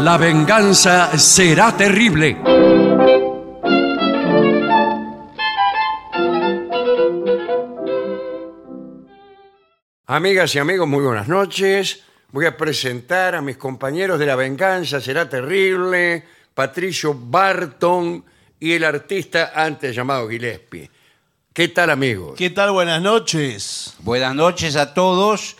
La venganza será terrible. Amigas y amigos, muy buenas noches. Voy a presentar a mis compañeros de La Venganza Será Terrible, Patricio Barton y el artista antes llamado Gillespie. ¿Qué tal, amigos? ¿Qué tal? Buenas noches. Buenas noches a todos.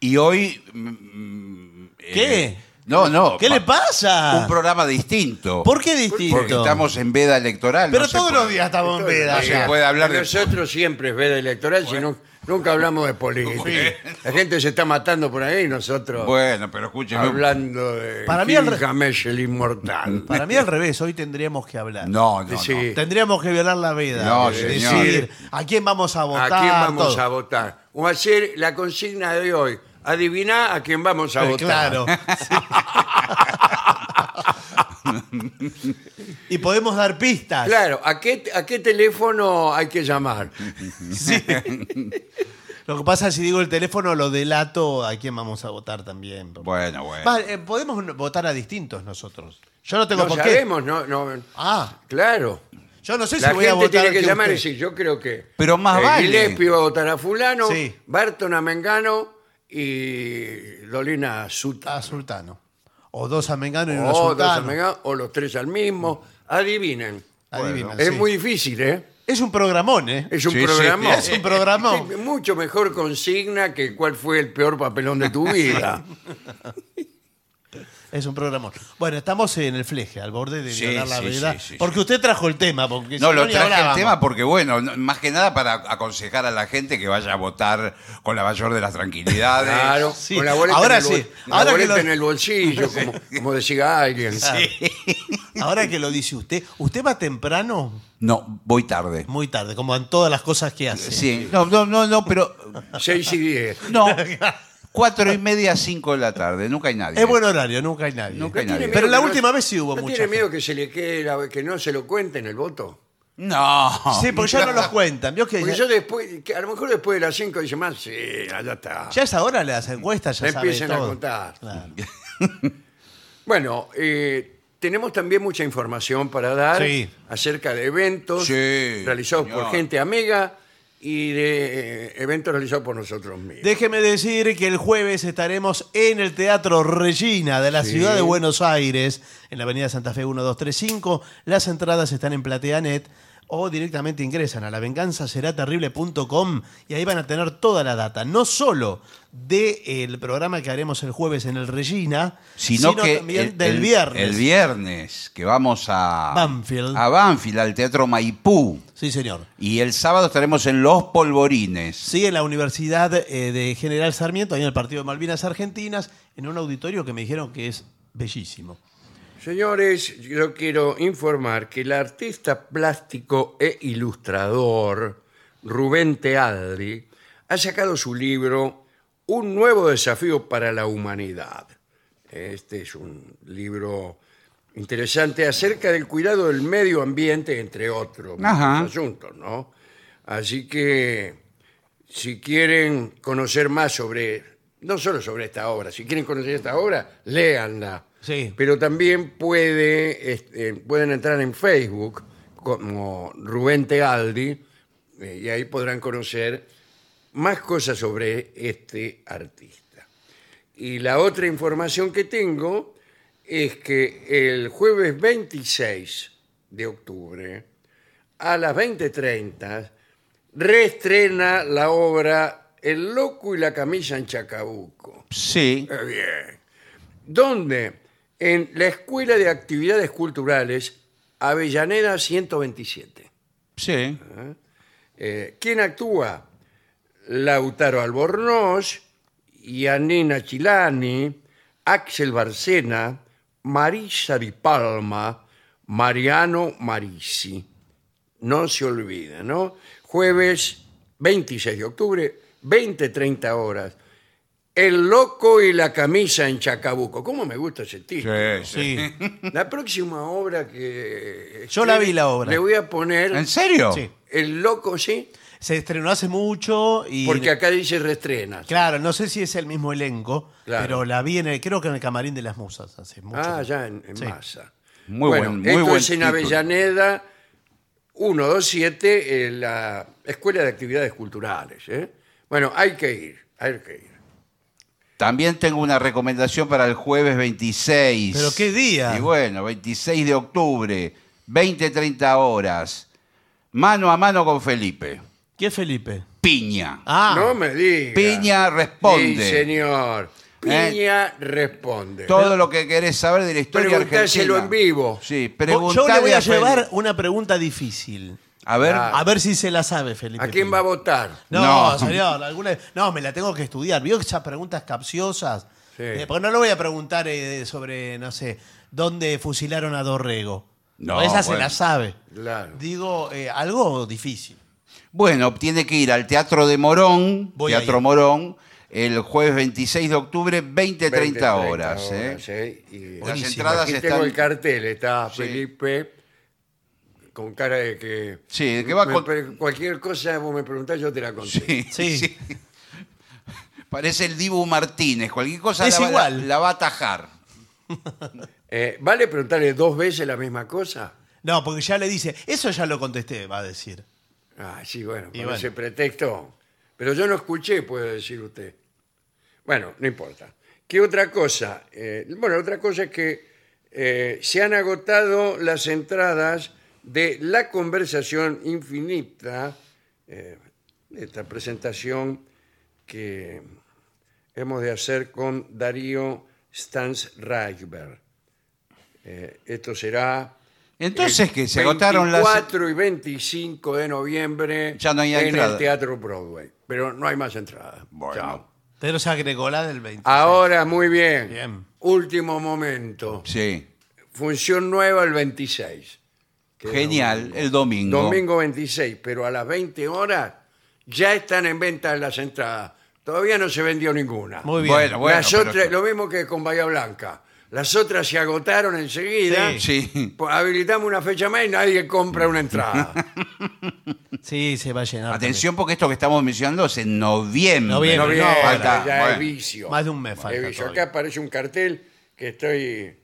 Y hoy. mm, ¿Qué? eh, no, no. ¿Qué le pa- pasa? Un programa distinto. ¿Por qué distinto? Porque estamos en veda electoral. Pero no se todos puede. los días estamos en veda. no se acá. puede. hablar de- Nosotros siempre es veda electoral, si no- nunca hablamos de política. La gente se está matando por ahí y nosotros Bueno, pero escúcheme. hablando de Para mí el re- Gil Gamesh, el inmortal. Para mí al revés, hoy tendríamos que hablar. No, no, no. Sí. Tendríamos que violar la veda. No, Es señor. decir, ¿a quién vamos a ¿A votar? quién vamos todo. a votar? O hacer la consigna de hoy. Adiviná a quién vamos a Eh, votar. Claro. Sí. y podemos dar pistas. Claro, ¿a qué, ¿a qué teléfono hay que llamar? Sí. Lo que pasa es que si digo el teléfono lo delato a quién vamos a votar también. Bueno, bueno. Va, eh, podemos votar a distintos nosotros. Yo no tengo No por sabemos, no, no. qué. Ah, Claro. yo no sé La si voy a gente votar tiene que que llamar y usted. decir, yo creo que Pero más eh, vale. Gillespie va a votar a fulano, Sí. Barton a Mengano y Dolina a Suta. a Sultano. O dos a Mengano y uno O, a dos a Sultano. Mengano, o los tres al mismo. Adivinen. Adivinen, es Ah, sí. muy difícil, ¿eh? Es un programón, ¿eh? Es un Sí, sí, programa. Es un programón. mucho mejor consigna que cuál fue el peor papelón de tu vida. Es un programón. Bueno, estamos en el fleje, al borde de Sí, violar la sí, veda. sí, sí, porque sí. usted trajo el tema. Porque si No, lo ni traje el hablábamos. tema porque, bueno, no- más que nada para aconsejar a la gente que vaya a votar con la mayor de las tranquilidades. Claro, Sí. con la boleta, Ahora en, el bol- sí. la Ahora que boleta lo- en el bolsillo, como, como decía alguien. Ahora que lo dice usted, ¿usted va temprano? No, voy tarde. Muy tarde, como en todas las cosas que hace. Sí. No, no, no, no, pero. 6 y 10. No. Cuatro y media, cinco de la tarde. Nunca hay nadie. Es buen horario, nunca hay nadie. Nunca hay nadie. Pero la última vez sí hubo ¿No mucha tiene gente. miedo que se le quede, la- que no se lo cuenten el voto? No. Sí, porque ya no los cuentan. ¿Vio que Porque ya, yo después, que a lo mejor después de las 5 dice más, sí, allá está. ya es ahora las encuestas, ya Ya sabe empiezan a todo. contar. Claro. Bueno, eh, tenemos también mucha información para dar Sí. acerca de eventos Sí, realizados señor. por gente amiga y de eh, eventos realizados por nosotros mismos. Déjeme decir que el jueves estaremos en el Teatro Regina de la ciudad de Buenos Aires, en la avenida Santa Fe 1235. Las entradas están en Plateanet o directamente ingresan a lavenganzaseraterrible.com y ahí van a tener toda la data, no solo del programa que haremos el jueves en el Regina, Sino, que también el- del el- viernes. El viernes, que vamos a. Banfield. A Banfield, al Teatro Maipú. Sí, señor. Y el sábado estaremos en Los Polvorines. Sí, en la Universidad eh, de General Sarmiento, ahí en el Partido de Malvinas Argentinas, en un auditorio que me dijeron que es bellísimo. Señores, yo quiero informar que el artista plástico e ilustrador Rubén Teadri ha sacado su libro Un nuevo desafío para la humanidad. Este es un libro interesante acerca del cuidado del medio ambiente, entre otros Ajá. muchos asuntos, ¿no? Así que si quieren conocer más sobre, no solo sobre esta obra, si quieren conocer esta obra, léanla. Sí. Pero también puede, este, pueden entrar en Facebook como Rubén Tealdi eh, y ahí podrán conocer más cosas sobre este artista. Y la otra información que tengo es que el jueves 26 de octubre a las 20.30 reestrena la obra El loco y la camisa en Chacabuco. Sí. Qué bien. Donde en la Escuela de Actividades Culturales Avellaneda 127. Sí. Eh, ¿Quién actúa? Lautaro Albornoz, Yanina Chilani, Axel Barcena, Marisa Di Palma, Mariano Marisi. No se olvida, ¿no? Jueves 26 de octubre, 20-30 horas. El loco y la camisa en Chacabuco. ¿Cómo me gusta ese título? Sí, sí. Sí. La próxima obra que... Yo la vi la obra. Le voy a poner... ¿En serio? Sí. El loco, sí. se estrenó hace mucho y... Porque acá dice reestrenas. Claro, no sé si es el mismo elenco, Claro. pero la vi en el, creo que en el Camarín de las Musas hace mucho. Ah, tiempo. ya en, en Sí. masa. Muy bueno, buen- muy esto buen es en título. Avellaneda 127, eh, la Escuela de Actividades Culturales. ¿eh? Bueno, hay que ir, hay que ir. También tengo una recomendación para el jueves 26. ¿Pero qué día? Y bueno, 26 de octubre, 20-30 horas. Mano a mano con Felipe. ¿Qué es Felipe? Piña. Ah, no me digas. Piña responde. Sí, señor. Eh. Piña Eh, responde. Todo lo que querés saber de la historia Preguntáselo argentina. en vivo. Sí, vo- yo preguntale le voy a Felipe. llevar una pregunta difícil. A ver, Ah. A ver si se la sabe, Felipe. ¿A quién va a votar? No, No. señor, alguna- no, me la tengo que estudiar. ¿Vio esas preguntas capciosas? Sí. Eh, porque no le voy a preguntar eh, sobre, no sé, dónde fusilaron a Dorrego. No, Porque esa se bueno. la sabe. Claro. Digo, eh, algo difícil. bueno, tiene que ir al Teatro de Morón, Voy Teatro a ir. Morón, el jueves 26 de octubre, 20, 20-30 horas. ¿eh? ¿eh? Y Las Buenísimo. entradas Aquí están... tengo el cartel, está Sí. Felipe con cara de que... Sí, de que va me con- pre- Cualquier cosa vos me preguntás, yo te la contesto. Sí, Sí. sí. Parece el Dibu Martínez. Cualquier cosa Es la, va- igual. la va a atajar. Eh, ¿Vale preguntarle dos veces la misma cosa? No, porque ya le dice, eso ya lo contesté, va a decir. Ah, sí, bueno, Y con bueno. ese pretexto. Pero yo no escuché, puede decir usted. Bueno, no importa. ¿Qué otra cosa? Eh, bueno, otra cosa es que eh, se han agotado las entradas de La Conversación Infinita, eh, esta presentación que hemos de hacer con Darío Stans Reichberg. Eh, esto será Entonces, que se agotaron las. 4 y 25 de noviembre Ya no hay en entrada. el Teatro Broadway. Pero no hay más entradas. Bueno. Chao. Pedro se agregó la del 20. Ah, Ahora, muy bien. Bien. Último momento. Sí. Función nueva el 26. Genial. El domingo. Domingo 26, pero a las 20 horas ya están en venta las entradas. Todavía no se vendió ninguna. Muy bien. Bueno, bueno. las pero- otras, lo mismo que con Bahía Blanca. Las otras se agotaron enseguida. Sí. Sí. Pues Habilitamos una fecha más y nadie compra una entrada. Sí, se va a llenar. Atención, porque esto que estamos mencionando es en noviembre. Noviembre, Pero no, bien, falta, ya bueno. es vicio. Más de un mes Es falta vicio. todavía. Acá aparece un cartel que estoy. eh,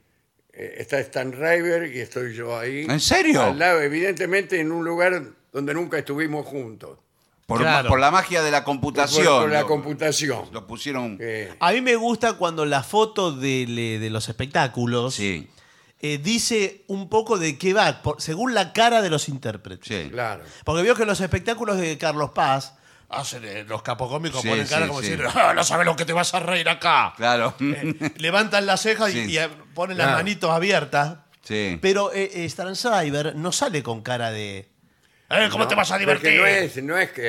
está Stan River y estoy yo ahí. ¿En serio? Al lado, evidentemente, en un lugar donde nunca estuvimos juntos. Por, Claro. por la magia de la Por, computación. por la lo- computación. Lo pusieron. Eh, también. A mí me gusta cuando la foto de, le- de los espectáculos Sí. eh, dice un poco de qué va, por- según la cara de los intérpretes. Sí. claro. Porque vio que los espectáculos de Carlos Paz hacen eh, los capocómicos Sí, ponen cara sí, como sí. decir, "Ah, no sabes lo que te vas a reír acá. Claro. Eh, levantan las cejas y- Sí. y, eh, ponen las Claro. manitos abiertas. Sí. Pero eh, eh, Stransiber no sale con cara de. "Eh, ¿Cómo No, te vas a divertir? porque No es, no es que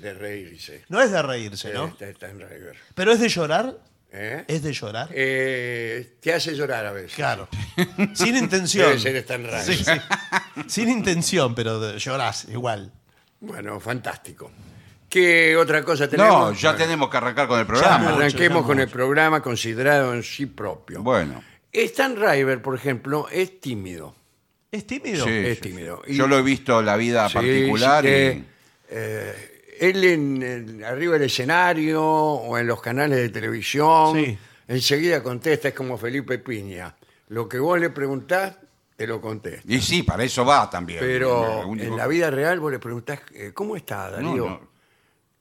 de reírse. eh, No es de reírse, ¿no? Está Stan River. Pero es de llorar. ¿eh? Es de llorar. Eh, te hace llorar a veces. Claro. Sin intención. Debe ser Stan River. Sí, sí. Sin intención, pero de- llorás igual. Bueno, fantástico. ¿Qué otra cosa tenemos? No, ya Bueno. tenemos que arrancar con el Ya, programa. mucho, Arranquemos ya con el mucho. programa considerado en sí propio. Bueno. Stan River, por ejemplo, es tímido. ¿Es tímido? Sí, Es sí, tímido. sí. Y- Yo lo he visto la vida Ah, particular. Sí, y- eh, eh, él en, en- arriba del escenario o en los canales de televisión, Sí. enseguida contesta, es como Felipe Piña. Lo que vos le preguntás, te lo contesta. Y sí, para eso va también. Pero Lo único- en la vida real vos le preguntás, eh, ¿cómo está Darío? No, no.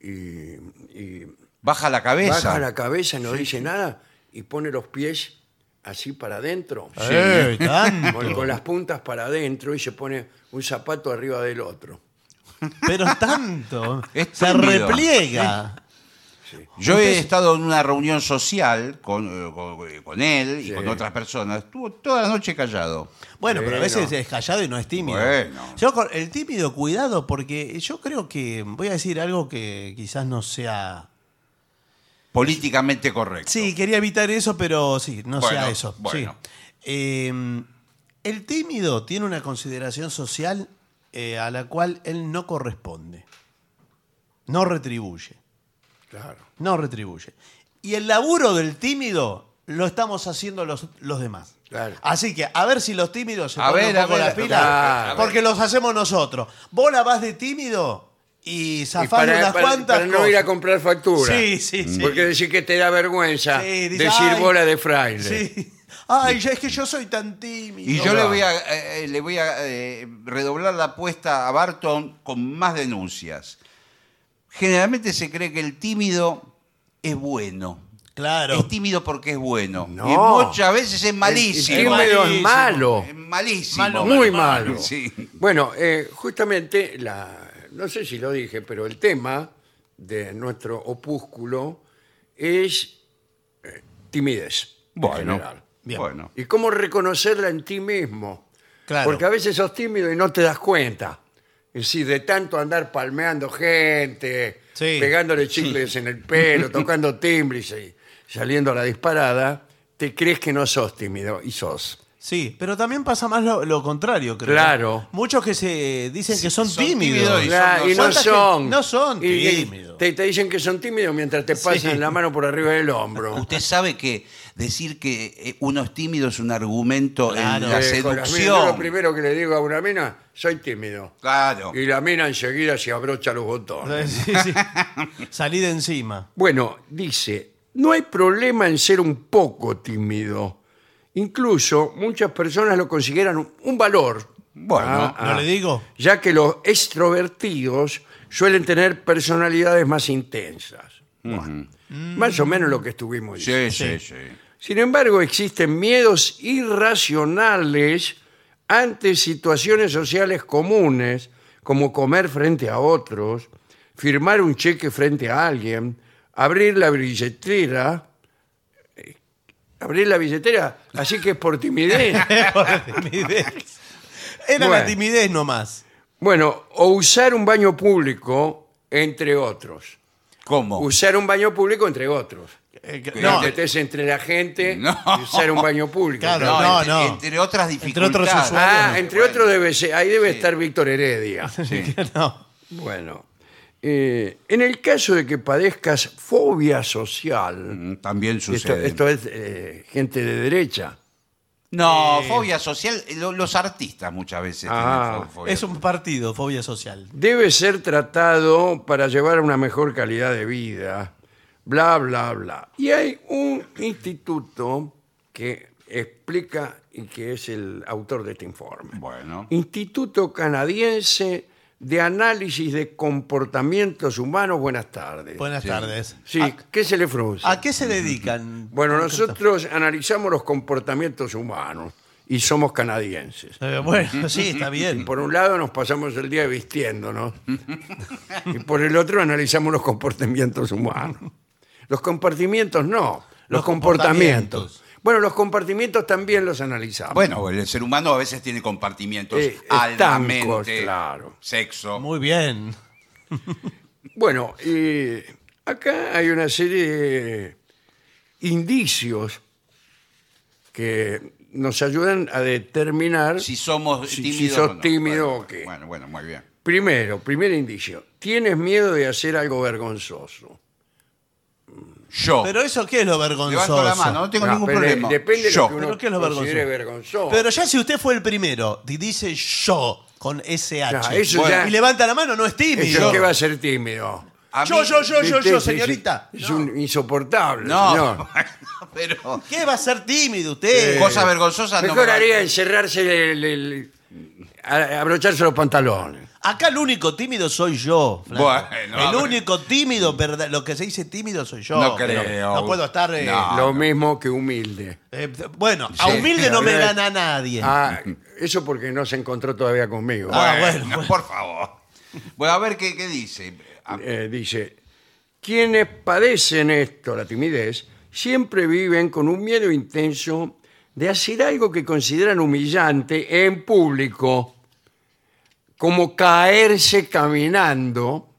Y- y Baja la cabeza. baja la cabeza, no dice nada y pone los pies así para adentro. ¡Eh, tanto! Con, con las puntas para adentro y se pone un zapato arriba del otro. Pero tanto. Es se tímido. repliega. Yo he estado en una reunión social con, eh, con- eh, con él y Sí. con otras personas. Estuvo toda la noche callado. Bueno, pero a Bueno. veces es callado y no es tímido. Bueno. Yo con el tímido, cuidado, porque yo creo que voy a decir algo que quizás no sea. Políticamente correcto. Sí, quería evitar eso, pero sí, no Bueno, sea eso. bueno. sí. Eh, el tímido tiene una consideración social eh, a la cual él no corresponde. No retribuye. Claro. No retribuye. Y el laburo del tímido lo estamos haciendo los, los demás. Claro. Así que a ver si los tímidos se A ponen ver, un a poco ver, las a- pilas, claro, a ver. porque los hacemos nosotros. Vos la vas de tímido y Y zafar unas para- cuantas para no ir a comprar factura. Mm. Sí, sí, sí. Porque decir que te da vergüenza Sí, dice, decir "Ay". bola de fraile. Sí. Ay, ya es que yo soy tan tímido. Y yo le voy a, eh, le voy a eh, redoblar la apuesta a Barton con más denuncias. Generalmente se cree que el tímido es bueno. Claro. Es tímido porque es bueno. No. Y muchas veces es El malísimo. tímido es Malísimo. malo. Es malísimo. Muy malo. Sí. Bueno, eh, justamente, la, no sé si lo dije, pero el tema de nuestro opúsculo es eh, timidez. en Bueno. general. Bien. Bueno. Y cómo reconocerla en ti mismo. Claro. Porque a veces sos tímido y no te das cuenta. Es decir, de tanto andar palmeando gente, Sí. pegándole chicles en el pelo, tocando timbres y saliendo a la disparada, te crees que no sos tímido y sos. Sí, pero también pasa más lo, lo contrario, creo. Claro. Muchos que se dicen que son, son tímidos. tímidos y- Claro, son- y no ¿Cuánta gente- son. no son Y- y tímidos. Te, te dicen que son tímidos mientras te pasan la mano por arriba del hombro. Usted sabe que decir que eh, uno es tímido es un argumento Claro. en la Eh, con las minas, yo lo seducción. primero que le digo a una mina, soy tímido. Claro. Y la mina enseguida se abrocha los botones. Sí, sí. Salí de encima. Bueno, dice, no hay problema en ser un poco tímido. Incluso muchas personas lo consideran un- un valor. Bueno, Ah. ¿no le digo? Ya que los extrovertidos suelen tener personalidades más intensas. Bueno, Más o menos lo que estuvimos diciendo. Sí, sí, sí. Sin embargo, existen miedos irracionales ante situaciones sociales comunes, como comer frente a otros, firmar un cheque frente a alguien, abrir la billetera. eh, Abrir la billetera, así que es por timidez. Timidez. Era la Bueno. timidez nomás. Bueno, o usar un baño público, entre otros. ¿Cómo? Usar un baño público, entre otros. Eh, que- No. No, que estés entre la gente No. y usar un baño público. Claro, No, no, entre, no. entre otras Entre dificultades. otros usuarios. Ah, Bueno, entre otros debe ser, ahí debe estar Víctor Heredia. Sí. No. Bueno, eh, en el caso de que padezcas fobia social, Mm, También esto, sucede. esto es eh, gente de derecha, No, fobia social, lo- los artistas muchas veces Ah, tienen fo- fobia. Es un partido, fobia social. debe ser tratado para llevar una mejor calidad de vida, bla, bla, bla. Y hay un instituto que explica y que es el autor de este informe. Bueno. Instituto Canadiense de Análisis de Comportamientos Humanos, buenas tardes. Buenas Sí. tardes. Sí, ¿qué se le frunce? ¿A qué se dedican? Bueno, nosotros analizamos los comportamientos humanos y somos canadienses. Eh, bueno, sí, está bien. Por un lado nos pasamos el día vistiéndonos y por el otro analizamos los comportamientos humanos. Los compartimientos no, los, Los comportamientos. comportamientos. Bueno, los compartimientos también los analizamos. Ah, Bueno, el ser humano a veces tiene compartimientos. Eh, alma, estancos, mente, claro. sexo. Muy bien. Bueno, eh, acá hay una serie de indicios que nos ayudan a determinar si somos si- si tímidos. sos o no. tímido Bueno, o qué. Bueno, bueno, muy bien. Primero, primer indicio, tienes miedo de hacer algo vergonzoso. Yo. Pero eso qué es lo vergonzoso. Levanto la mano, no tengo No, ningún pero problema. Depende de yo. lo que uno ¿Pero qué es lo considere Oh. vergonzoso. Pero ya si usted fue el primero y dice yo con SH Ya, eso ya- y levanta la mano, no es Eso tímido. ¿Qué va a ser tímido? A Yo, mí- yo, yo, yo, ¿Viste? yo, Es- señorita. Es, un insoportable, No, señor. pero ¿Qué va a ser tímido usted? cosas vergonzosas no Mejor me- haría encerrarse, el, el- a- abrocharse los pantalones. Acá el único tímido soy yo. flaco. Bueno, a el ver. único tímido, verdad- lo que se dice tímido soy yo. No pero creo. No puedo estar. eh, No. Ah, lo mismo que humilde. eh, bueno, a humilde no me dan a nadie. Ah, eso porque no se encontró todavía conmigo. Ah, bueno, Bueno, bueno. por favor. Bueno, a ver qué, qué dice. Ah. A- Eh, dice, quienes padecen esto, la timidez, siempre viven con un miedo intenso de hacer algo que consideran humillante en público, como caerse caminando,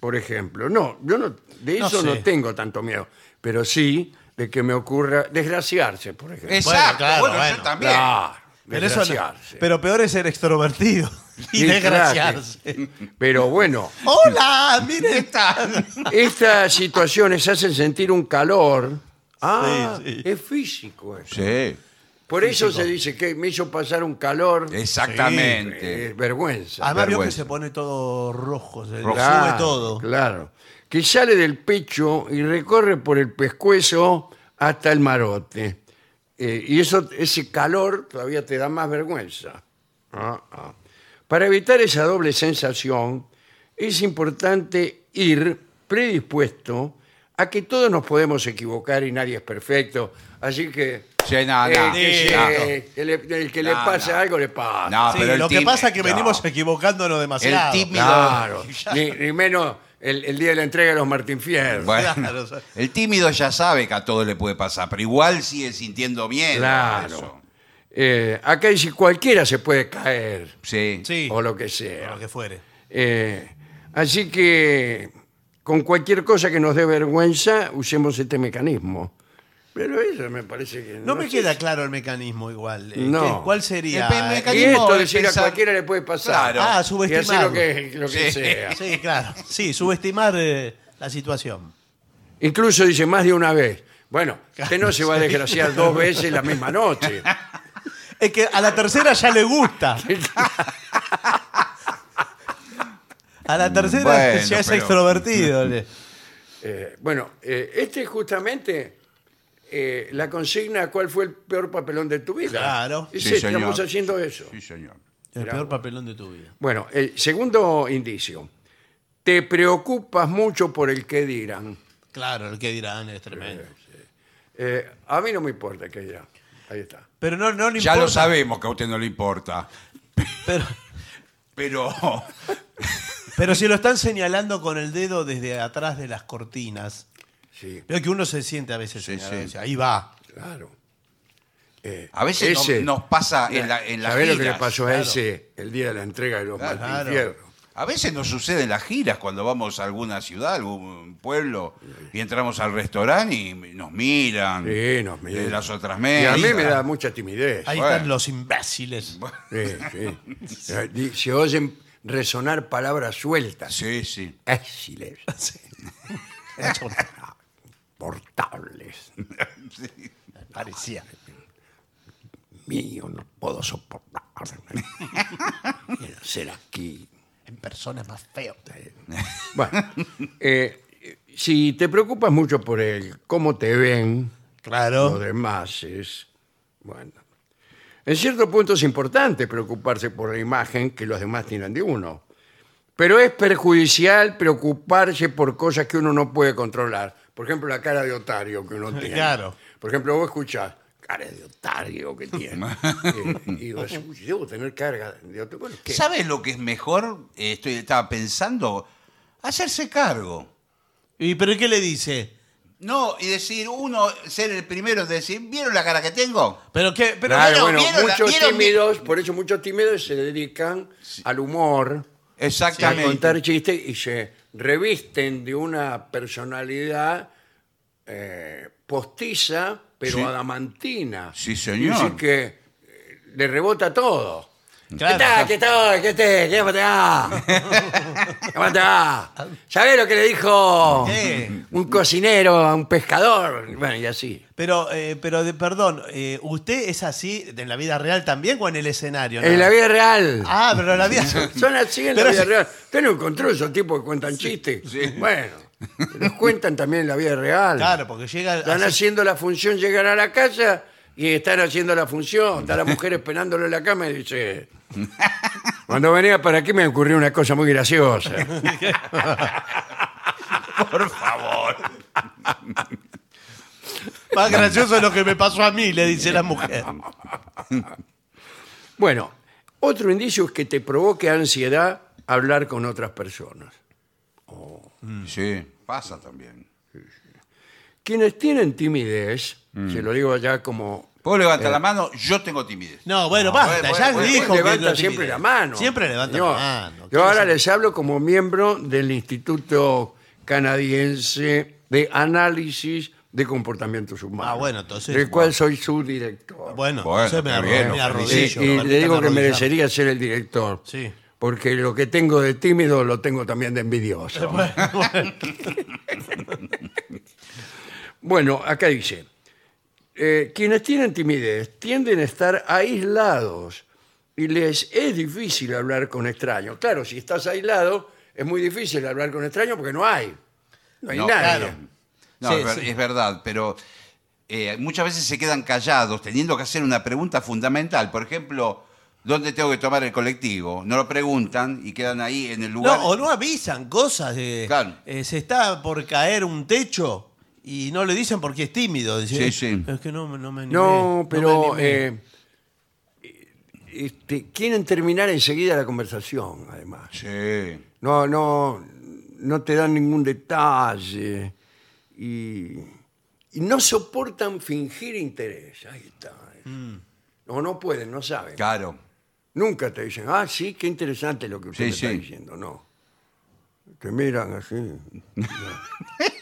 por ejemplo. No, yo no, de No eso no, sé. tengo tanto miedo, pero sí de que me ocurra desgraciarse, por ejemplo. Exacto, claro, bueno, bueno. yo también. Claro, pero, eso no- desgraciarse. pero peor es ser extrovertido y Sí, claro. desgraciarse. pero bueno. ¡Hola! ¡Mire! está. Estas situaciones hacen sentir un calor. Ah, Sí, sí. es físico eso. Sí. Por eso se dice que me hizo pasar un calor. Exactamente. eh, vergüenza. Además vio que vergüenza. se pone todo rojo, se Rojo. sube Ah, Claro, todo. Claro. Que sale del pecho y recorre por el pescuezo hasta el marote. Eh, y eso, ese calor todavía te da más vergüenza. Ah, ah. Para evitar esa doble sensación, es importante ir predispuesto a que todos nos podemos equivocar y nadie es perfecto. Así que, Sí, no, eh, Ah, no, que no. se- que le- el que le No, pase no. algo, le pasa. No, Sí, Ah, pero el lo que tímido- pasa es que no. venimos equivocándonos demasiado. tímido- Claro, ni, ni menos el, el día de la entrega de los Martín Fierro. Bueno, Claro, o sea. el tímido ya sabe que a todo le puede pasar, pero igual sigue sintiendo miedo. claro. eso. Eh, acá dice cualquiera se puede caer Sí. Sí, o lo que o sea. lo que fuere. Eh, así que con cualquier cosa que nos dé vergüenza, usemos este mecanismo. Pero eso me parece que... No, me sé queda si- claro el mecanismo igual. eh, No. ¿qué- ¿Cuál sería? El pe- Y mecanismo- esto de decir a pensar- cualquiera le puede pasar. Claro. Ah, Y hacer subestimarlo. lo que, lo que Sí. sea. Sí, claro. Sí, subestimar eh, la situación. Incluso dice más de una vez. Bueno, usted no se va a Sí. desgraciar dos veces la misma noche. Es que a la tercera ya le gusta. A la tercera Bueno, ya es pero- extrovertido. le- Eh, bueno, eh, este es justamente eh, la consigna ¿Cuál fue el peor papelón de tu vida? Claro. Es Sí, esta, señor. estamos haciendo eso. Sí, señor. El peor papelón de tu vida. Bueno, el segundo indicio. Te preocupas mucho por el que dirán. Claro, el que dirán es tremendo. Eh, a mí no me importa el que dirán. Ahí está. Pero no, no le Ya lo importa, sabemos que a usted no le importa, Pero, pero pero si lo están señalando con el dedo desde atrás de las cortinas, Sí, veo que uno se siente a veces Sí, señalado, sí. dice, ahí va. claro. Eh, a veces no- ese- nos pasa en la en las ¿Sabés lo que giras. le pasó a claro. ese el día de la entrega de los Claro. Martín Fierro? A veces nos sucede en las giras cuando vamos a alguna ciudad, algún pueblo, y entramos al restaurante y nos miran. Sí, nos miran. De las otras Y a mesas. mí me da mucha timidez. Ahí Bueno. están los imbéciles. Sí, sí. Eh, di- Se oyen resonar palabras sueltas, Sí, sí. ágiles, portables. Parecía. Mío, no puedo soportarme. Quiero ser aquí. En persona es más feo. Bueno, eh, si te preocupas mucho por el cómo te ven, lo Claro. demás es. Bueno. En cierto punto es importante preocuparse por la imagen que los demás tienen de uno. Pero es perjudicial preocuparse por cosas que uno no puede controlar. Por ejemplo, la cara de otario que uno tiene. Claro. Por ejemplo, vos escuchás, cara de otario que tiene. Eh, y vos decís, "Uy, debo tener carga de otario. Bueno, ¿qué? ¿Sabes lo que es mejor? Eh, Estoy, estaba pensando, hacerse cargo. ¿Y pero qué le dice? No, y decir, uno, ser el primero en decir, ¿vieron la cara que tengo? Pero qué, pero Claro, Ah, bueno, bueno, ¿vieron la- muchos vieron mi- tímidos, por eso muchos tímidos se dedican al humor. a Exactamente. contar chistes y se revisten de una personalidad eh, postiza, pero Sí. adamantina. Sí, señor. Así que eh, le rebota todo. Claro. ¿Qué tal? ¿Qué tal? ¿Qué te? ¿Qué pasa? ¿Qué pasa? ¿Sabés lo que le dijo ¿Qué? un cocinero a un pescador? Bueno, y así. Pero, eh, pero de, perdón, eh, ¿usted es así en la vida real también o en el escenario? En la nada? vida real. Ah, pero en la vida. Son así en la Pero vida sí. real. Usted no encontró esos tipos que cuentan chistes. Bueno, los cuentan también en la vida real. claro, porque llega. Están así- haciendo la función, llegan a la casa y están haciendo la función. Está la mujer esperándolo en la cama y dice... Cuando venía para aquí me ocurrió una cosa muy graciosa. Por favor. Más gracioso es lo que me pasó a mí, le dice la mujer. Bueno, otro indicio es que te provoque ansiedad hablar con otras personas. Sí, pasa también. Quienes tienen timidez, se lo digo ya como... Vos levanta la mano, yo tengo timidez. No, bueno, basta, bueno, ya bueno, dijo. que Pues levanta lo siempre timide. la mano. Siempre levanta Señor, la mano. Yo ahora les hablo como miembro del Instituto Canadiense de Análisis de Comportamientos Humanos. Ah, bueno, entonces- Del cual soy su director. Bueno, Bueno, yo me, está arro- bien, me lo Sí, arrodillo. y me le digo que arrodillo. merecería ser el director. Sí. Porque lo que tengo de tímido lo tengo también de envidioso. Bueno, acá dice, eh, quienes tienen timidez tienden a estar aislados y les es difícil hablar con extraños. Claro, si estás aislado, es muy difícil hablar con extraños porque no hay. No hay No, nadie. claro. No, Sí, es, ver- sí. es verdad, pero eh, muchas veces se quedan callados teniendo que hacer una pregunta fundamental. Por ejemplo, ¿dónde tengo que tomar el colectivo? No lo preguntan y quedan ahí en el lugar. No, o no avisan cosas. eh, Claro. eh, se está por caer un techo y no le dicen porque es tímido. Dice, Sí, "Eh, sí. Es que no, me- no me animé, No, me pero animé". eh, este, quieren terminar enseguida la conversación, además. Sí. No, no, no te dan ningún detalle y, y no soportan fingir interés. Ahí está. Mm. O no pueden, no saben. Claro. Nunca te dicen, ah, sí, qué interesante lo que usted Sí, me está sí. diciendo. No. Te miran así.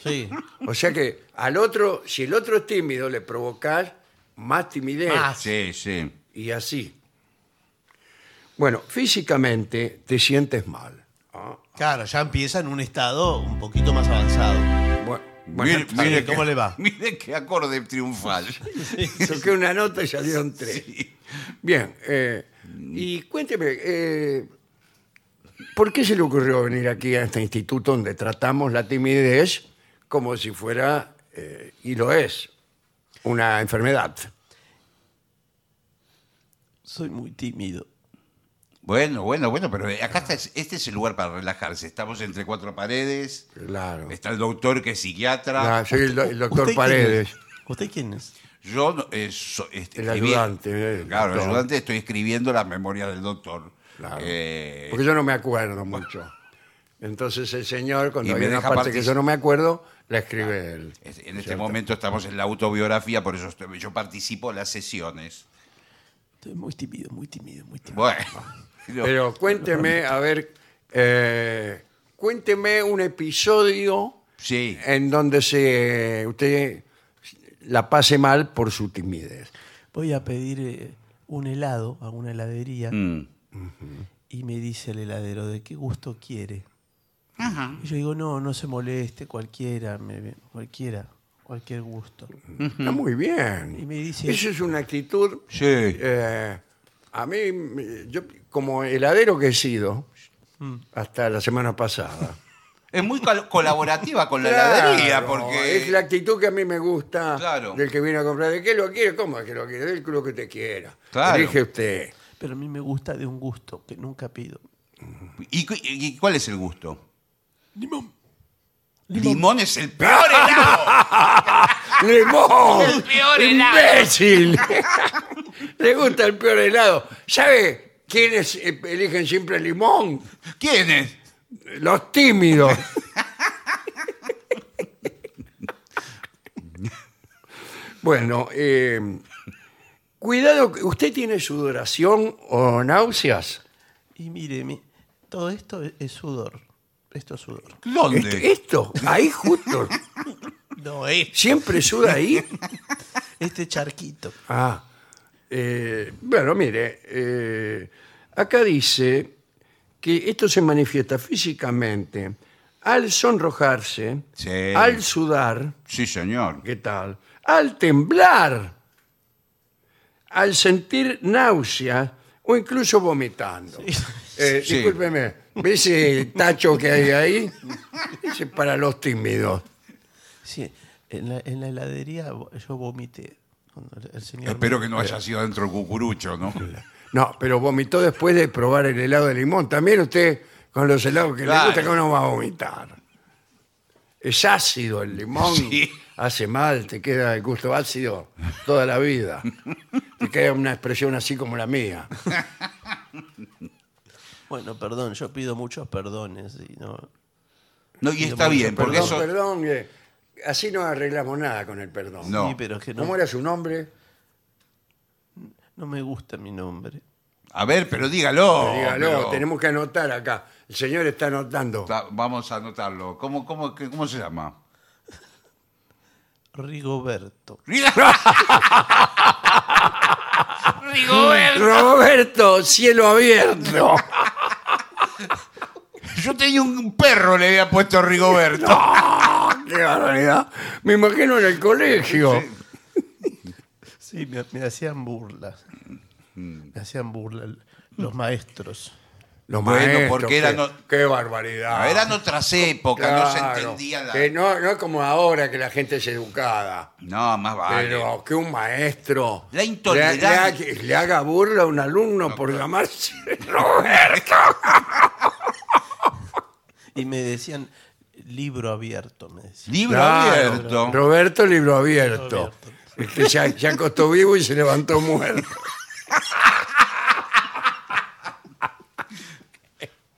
Sí. O sea que al otro, si el otro es tímido, le provocas más timidez. Más. Sí, sí. y así. Bueno, físicamente te sientes mal. Ah, Claro, ya empieza en un estado un poquito más avanzado. bu- Mire, Bueno, tardes, mire ¿cómo qué- le va? Mire qué acorde triunfal. toqué una nota y salieron tres. Bien, eh, y cuénteme, eh, ¿por qué se le ocurrió venir aquí a este instituto donde tratamos la timidez como si fuera, eh, y lo es, una enfermedad? Soy muy tímido. Bueno, bueno, bueno, pero acá está, este es el lugar para relajarse. Estamos entre cuatro paredes. Claro. Está el doctor que es psiquiatra. Ah, soy el, do- el ¿Usted doctor quién es? Paredes. ¿Usted quién es? Yo no- eh, so- este, El escribí- ayudante, eh, claro, el doctor. ayudante estoy escribiendo las memorias del doctor. Claro. Eh, Porque yo no me acuerdo mucho. Entonces el señor, Y cuando me hay una deja parte partici- que yo no me acuerdo, la escribe él. es- en este ¿cierto? momento estamos en la autobiografía, por eso estoy- yo participo en las sesiones. Estoy muy tímido, muy tímido, muy tímido. Bueno, Pero cuénteme, a ver, eh, cuénteme un episodio sí. en donde se usted la pase mal por su timidez. Voy a pedir eh, un helado a una heladería Mm. y me dice el heladero de qué gusto quiere. Y yo digo, no, no se moleste, cualquiera, me- cualquiera, cualquier gusto. Está muy bien. Y me dice- Eso es una actitud. Sí. eh, a mí, me- yo como heladero que he sido Mm. hasta la semana pasada. Es muy col- colaborativa con la Claro, heladería, porque. Es la actitud que a mí me gusta Claro. del que viene a comprar. ¿De qué lo quiere? ¿Cómo es que lo quiere? Del club que te quiera. Claro. Elige usted. Pero a mí me gusta de un gusto que nunca pido. ¿Y, cu- y cuál es el gusto? Limón. Limón, es el peor helado. ¡Limón! El peor helado. ¡Imbécil! Le gusta el peor helado. ¿Sabe quiénes eh, eligen siempre el limón? ¿Quién es? Los tímidos. bueno, eh, cuidado. ¿Usted tiene sudoración o náuseas? Y mire, mi- todo esto e, es- es sudor. Esto es sudor. Esto, ¿Dónde? esto, ahí justo. No, eh. es Siempre suda ahí. este charquito. Ah, eh, bueno, mire, eh, acá dice que esto se manifiesta físicamente al sonrojarse, Sí. al sudar, Sí, señor. ¿qué tal? Al temblar, al sentir náuseas o incluso vomitando. Eh, Sí. Discúlpeme, ¿ve ese tacho que hay ahí? Ese es para los tímidos. Sí, en la, en la heladería vo- yo vomité. Cuando el- el señor Espero que no haya sido dentro cucurucho, ¿no? No, pero vomitó después de probar el helado de limón. También usted, con los helados que Claro. le gusta, que uno va a vomitar. Es ácido el limón. Sí. Hace mal, te queda el gusto ácido toda la vida. Te queda una expresión así como la mía. Bueno, perdón, yo pido muchos perdones. Y no... No, y está bien, porque Perdón, eso. perdón. eh, Así no arreglamos nada con el perdón. No. Sí, pero es que no, ¿Cómo era su nombre? no me gusta mi nombre. A ver, pero dígalo. Dígalo, pero- tenemos que anotar acá. El señor está anotando. Ta- Vamos a anotarlo. ¿Cómo, cómo, qué- cómo se llama? Rigoberto. Rigoberto. Roberto, cielo abierto. Yo tenía un perro, le había puesto Rigoberto. ¡Qué barbaridad! Me imagino en el colegio. Sí, me, me hacían burlas. Me hacían burlas los maestros. Los Bueno, maestros, porque qué- eran o- qué barbaridad. No, Ah, eran otras épocas, no se Claro, entendía la... que no, no es como ahora que la gente es educada. No, más vale. Pero que un maestro La intolerancia. le, ha- le ha- le haga burla a un alumno por llamarse Roberto. Y me decían libro abierto, me decían. Libro Claro, abierto. Roberto, libro abierto. Abierto. El que se, se acostó vivo y se levantó muerto.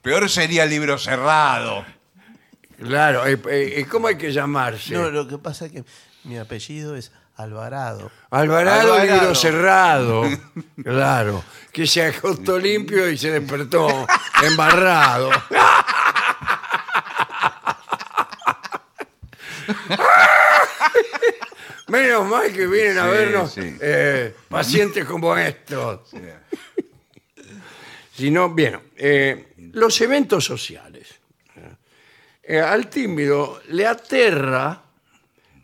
Peor sería libro cerrado. Claro, eh, eh, ¿cómo hay que llamarse? No, lo que pasa es que mi apellido es Alvarado. Alvarado, Alvarado. libro cerrado. Claro. Que se acostó limpio y se despertó embarrado. Menos mal que vienen a Sí, vernos sí. eh, pacientes como estos. Si no, bien, eh, los eventos sociales. Eh, al tímido le aterra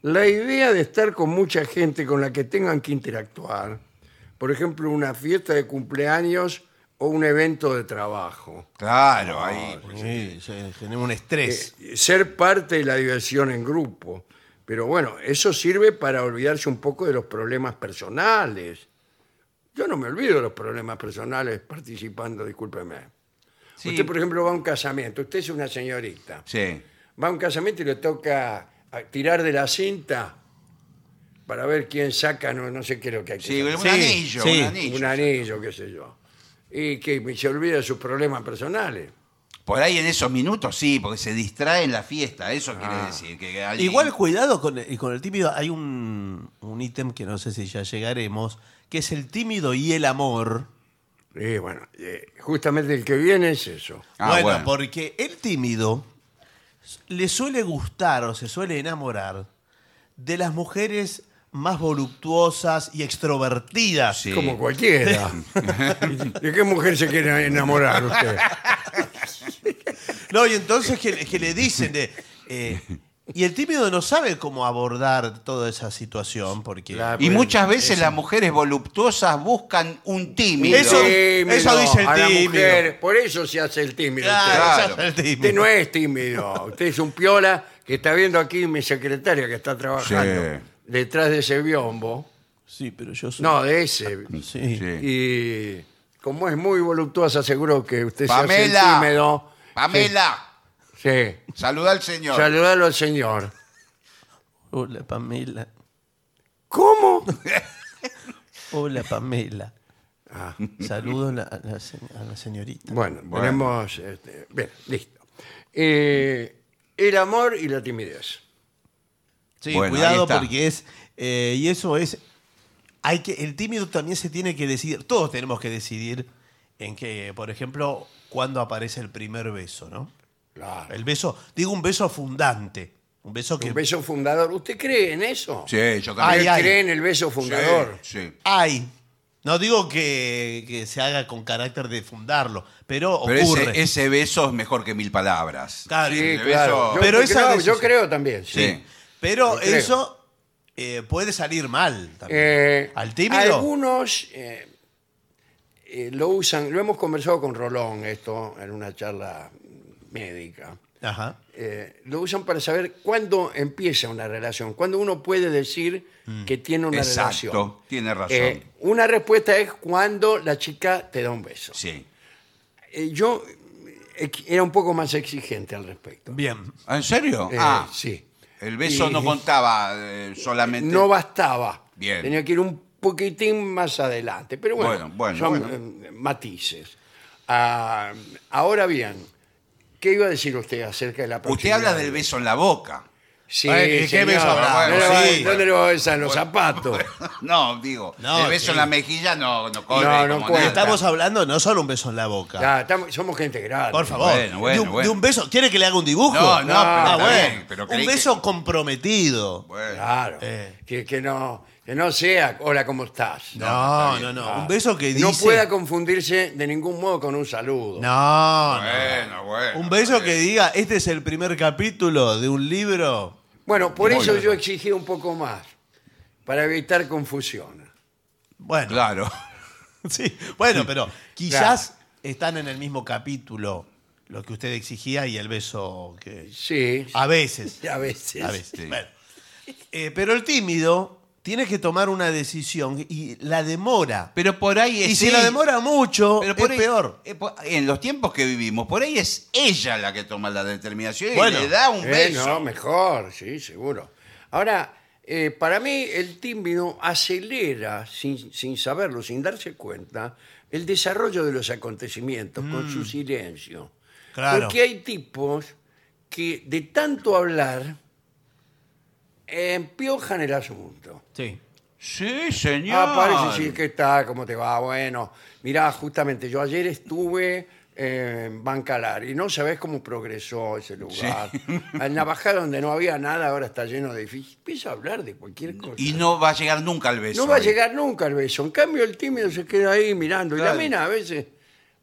la idea de estar con mucha gente con la que tengan que interactuar. Por ejemplo, una fiesta de cumpleaños o un evento de trabajo. Claro, Ah, ahí. Sí, sí, tenemos un estrés. Eh, ser parte de la diversión en grupo. Pero bueno, eso sirve para olvidarse un poco de los problemas personales. Yo no me olvido de los problemas personales participando, discúlpeme. Sí. Usted, por ejemplo, va a un casamiento. Usted es una señorita. Sí. Va a un casamiento y le toca a- tirar de la cinta para ver quién saca, no, no sé qué es lo que hay que Sí, sacar. un Sí, anillo, sí. un anillo. Un anillo, qué sé yo. Y que se olvida de sus problemas personales. Por ahí en esos minutos sí, porque se distrae en la fiesta, eso quiere Ah. decir. Que alguien- Igual cuidado con el, y con el tímido. Hay un, un ítem que no sé si ya llegaremos, que es el tímido y el amor. Y bueno, eh, justamente el que viene es eso. Ah, bueno, bueno. porque el tímido le suele gustar o se suele enamorar de las mujeres más voluptuosas y extrovertidas. Sí. Como cualquiera. ¿De qué mujer se quiere enamorar usted? No, y entonces que, que le dicen de... eh, y el tímido no sabe cómo abordar toda esa situación porque... Claro. Y muchas veces las mujeres voluptuosas buscan un tímido. Eso- Tímido, eso dice el a la tímido. mujer. Por eso se hace el tímido. usted. Claro, Claro. Ah, el tímido. Usted no es tímido, usted es un piola que está viendo aquí mi secretaria que está trabajando Sí. detrás de ese biombo. Sí, pero yo soy... No, de ese. Sí. Sí. Y como es muy voluptuosa, seguro que usted se hace Pamela. el tímido. Pamela, Sí. saluda al señor. Saludalo al señor. Hola, Pamela. ¿Cómo? Hola, Pamela. Saludo a la, a la se- a la señorita. Ah. Bueno, Bueno. tenemos. este, bien, listo. Eh, el amor y la timidez. Sí, Bueno, ahí cuidado está. porque es. eh, y eso es. Hay que, el tímido también se tiene que decidir. Todos tenemos que decidir en que, por ejemplo, cuándo aparece el primer beso, ¿no? Claro. El beso, digo un beso fundante. Un beso que. El beso fundador. ¿Usted cree en eso? Sí, yo Ay, también. ¿Usted ay. cree en el beso fundador? Sí, sí. Hay. No digo que, que se haga con carácter de fundarlo, pero Pero ocurre. ese, ese beso es mejor que mil palabras. Claro. Sí, El beso- claro. Yo, Pero yo esa creo, decisión- yo creo también, sí. Sí. Pero Lo creo. eso eh, puede salir mal también. Eh, Al tímido. Algunos eh, eh, lo usan, lo hemos conversado con Rolón esto en una charla médica. Ajá. Eh, lo usan para saber cuándo empieza una relación, cuándo uno puede decir que tiene una Mm. Exacto, relación. tiene razón. Eh, una respuesta es cuando la chica te da un beso. Sí. Eh, yo eh, era un poco más exigente al respecto. Bien. ¿Ah, ¿En serio? Eh, ah, sí. El beso Y- no contaba eh, solamente. no bastaba. Bien. Tenía que ir un poquitín más adelante. Pero bueno, Bueno, bueno, son bueno. eh, matices. Ah, ahora bien, ¿qué iba a decir usted acerca de la Usted proximidad? habla del beso en la boca. Sí, Ay, ¿qué señor. beso habrá? no, le va, Sí. no le va a besar los zapatos. No, digo, No, el beso sí. en la mejilla no, no corre. No, no como cuenta. nada. Estamos hablando no solo un beso en la boca. Ya, estamos- somos gente grande. Por favor. Bueno, bueno, de, un, bueno. de un beso. ¿Quiere que le haga un dibujo? No, no, pero Ah, está bueno. bien, pero creí un que- beso comprometido. Bueno, Claro. Eh. Que, que no, que no sea, hola, ¿cómo estás? No, no, no. Un beso que dice. No pueda confundirse de ningún modo con un saludo. No, no. bueno, bueno. Un beso está que bien. diga, este es el primer capítulo de un libro. Bueno, por Muy eso bien. yo exigí un poco más, para evitar confusión. Bueno, Claro. sí, bueno, pero quizás están en el mismo capítulo lo que usted exigía y el beso que Sí, a veces. a veces. Ah. A veces. Sí. Bueno. Eh, pero el tímido tiene que tomar una decisión y la demora. Pero por ahí es y si la él. demora mucho, Pero por es ahí- peor. eh, po- En los tiempos que vivimos, por ahí es ella la que toma la determinación y Bueno. le da un Eh, beso. no, mejor, sí, seguro. Ahora, eh, para mí el tímido acelera, sin, sin saberlo, sin darse cuenta, el desarrollo de los acontecimientos con su silencio. Claro. Porque hay tipos que de tanto hablar eh, empiojan el asunto. Sí. Sí, señor. Ah, parece sí que está, ¿cómo te va? Bueno, mirá, justamente yo ayer estuve eh, en Bancalar y no sabés cómo progresó ese lugar. En la bajada donde no había nada, ahora está lleno de edificios. Empieza a hablar de cualquier cosa. Y no va a llegar nunca al beso. No va a ahí. llegar nunca el beso. En cambio, el tímido se queda ahí mirando. Y Claro. la mina a veces,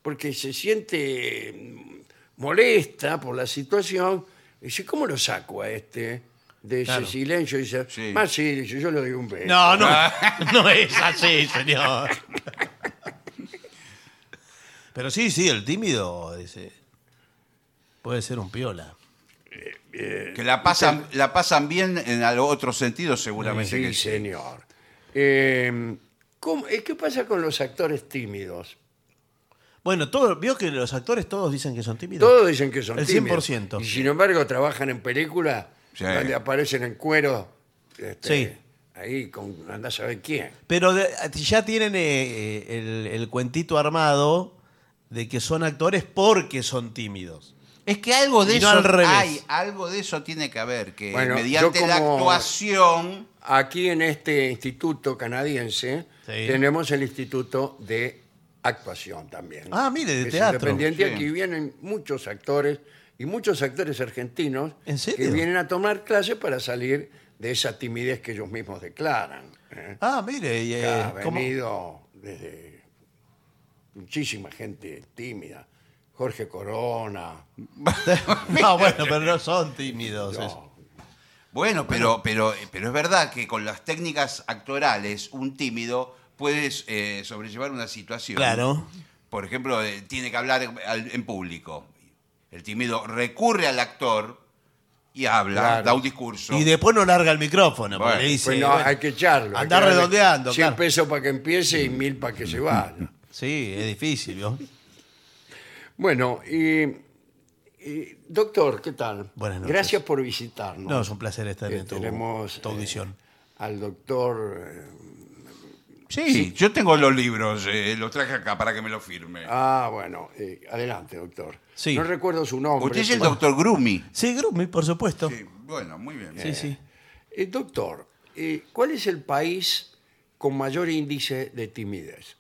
porque se siente mm, molesta por la situación, dice, ¿cómo lo saco a este? De ese Claro. silencio. Dice, Sí. más sí, dice, yo le doy un beso. No, no, no es así, señor. Pero sí, sí, el tímido ese, puede ser un piola. Que la pasan, la pasan bien en al- otro sentido, seguramente. Sí, que sí. señor. Eh, ¿cómo- eh, ¿Qué pasa con los actores tímidos? Bueno, todo, vio que los actores todos dicen que son tímidos. Todos dicen que son El tímidos. 100%. Y sin embargo trabajan en películas Sí. donde aparecen en cuero. este, Sí. Ahí con anda a saber quién. Pero de- ya tienen eh, eh, el, el cuentito armado de que son actores porque son tímidos. Es que algo de Y no eso al revés. hay, algo de eso tiene que haber, que Bueno, mediante yo la como- actuación. Aquí en este instituto canadiense Sí. tenemos el instituto de actuación también. Ah, mire, de Es teatro. Independiente, Sí. aquí vienen muchos actores y muchos actores argentinos ¿En serio? que vienen a tomar clases para salir de esa timidez que ellos mismos declaran. ¿eh? Ah, mire, y, eh, ha como- venido desde muchísima gente tímida. Jorge Corona. no, bueno, pero no son tímidos. no. es- Bueno, pero, pero, pero es verdad que con las técnicas actorales, un tímido puede eh, sobrellevar una situación. Claro. Por ejemplo, eh, tiene que hablar en, al- en público. El tímido recurre al actor y habla, Claro. da un discurso. Y después no larga el micrófono, porque Bueno, le dice. Bueno, bueno, pues hay que echarlo. andá Hay que darle redondeando, 100 claro. pesos para que empiece y 1000 para que se vaya. Sí, es difícil, ¿vio? Bueno, y, y, doctor, ¿qué tal? Buenas noches. Gracias por visitarnos. No, es un placer estar Eh, en tu, tenemos, tu eh, audición. al doctor. eh, Sí, yo tengo los libros, eh, los traje acá para que me los firme. ah, bueno, eh, adelante, doctor. Sí. No recuerdo su nombre. Usted es el pero- doctor Grumi. Sí, Grumi, por supuesto. Sí, bueno, muy bien. Sí, sí. Eh, doctor, eh, ¿cuál es el país con mayor índice de timidez?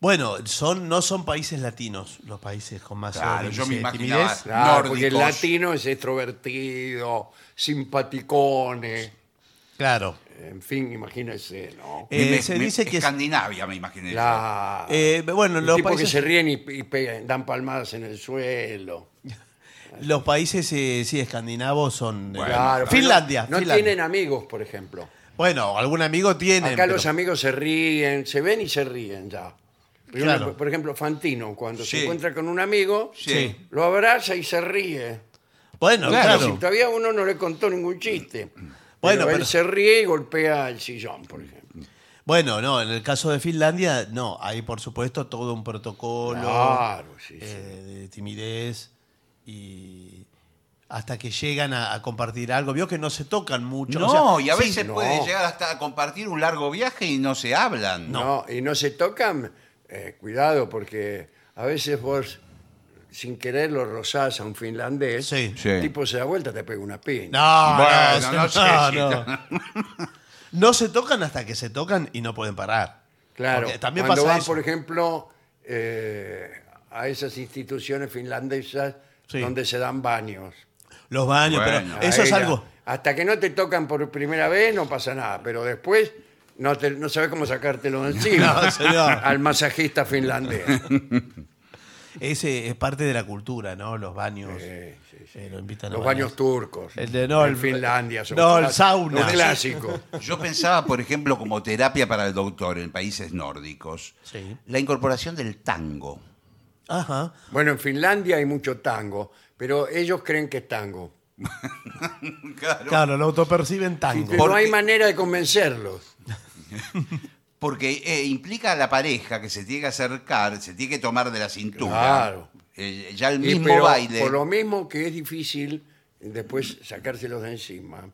Bueno, son, no son países latinos los países con más Claro, yo índice me de imaginaba. timidez. Claro, porque el Nórdicos. latino es extrovertido, simpaticones, Claro. en fin, imagínese, ¿no? Eh, Me- se me- dice que es- Escandinavia, me imaginé. La- Eh, bueno, el los tipo países- que se ríen y, y pegan- dan palmadas en el suelo. Los países, eh, sí, escandinavos son... eh, Bueno, Claro, pero Finlandia. No, no Finlandia. tienen amigos, por ejemplo. Bueno, algún amigo tiene. Acá los amigos se ríen, se ven y se ríen ya. Pero Claro. uno, por ejemplo, Fantino, cuando Sí. se encuentra con un amigo, Sí. lo abraza y se ríe. Bueno, Claro. claro. Mm. Si todavía uno no le contó ningún chiste. Bueno, Bueno, pero él pero- se ríe y golpea el sillón, por ejemplo. Bueno, no, en el caso de Finlandia, no. Hay, por supuesto, todo un protocolo Claro, sí, sí. eh, de timidez y hasta que llegan a, a compartir algo. Vio que no se tocan mucho. No, o sea, y a sí, veces no. puede llegar hasta a compartir un largo viaje y no se hablan. No. y no se tocan, eh, cuidado, porque a veces vos sin querer lo rozás a un finlandés, Sí. Sí. el tipo se da vuelta, te pega una piña. No, Bueno, no, no no, sé si- no. No se tocan hasta que se tocan y no pueden parar. claro, porque también cuando pasa van, eso. por ejemplo, eh, a esas instituciones finlandesas Sí. donde se dan baños. Los baños, Bueno. pero eso Ahí es ya. algo. Hasta que no te tocan por primera vez no pasa nada, pero después no, te- no sabes cómo sacártelo de encima No, señor. al masajista finlandés. Ese es parte de la cultura, ¿no? Los baños. Sí, sí, sí. eh, lo invitan a Los baños turcos. El de- no, en el- Finlandia. son no, el clas- sauna. Un clásico. Yo pensaba, por ejemplo, como terapia para el doctor en países nórdicos, Sí. la incorporación del tango. Ajá. Bueno, en Finlandia hay mucho tango, pero ellos creen que es tango. Claro, lo autoperciben tango. Pero no hay Porque- manera de convencerlos. Porque eh, implica a la pareja que se tiene que acercar, se tiene que tomar de la cintura. Claro. Eh, ya el Y mismo pero baile. Por lo mismo que es difícil eh, después sacárselos de encima,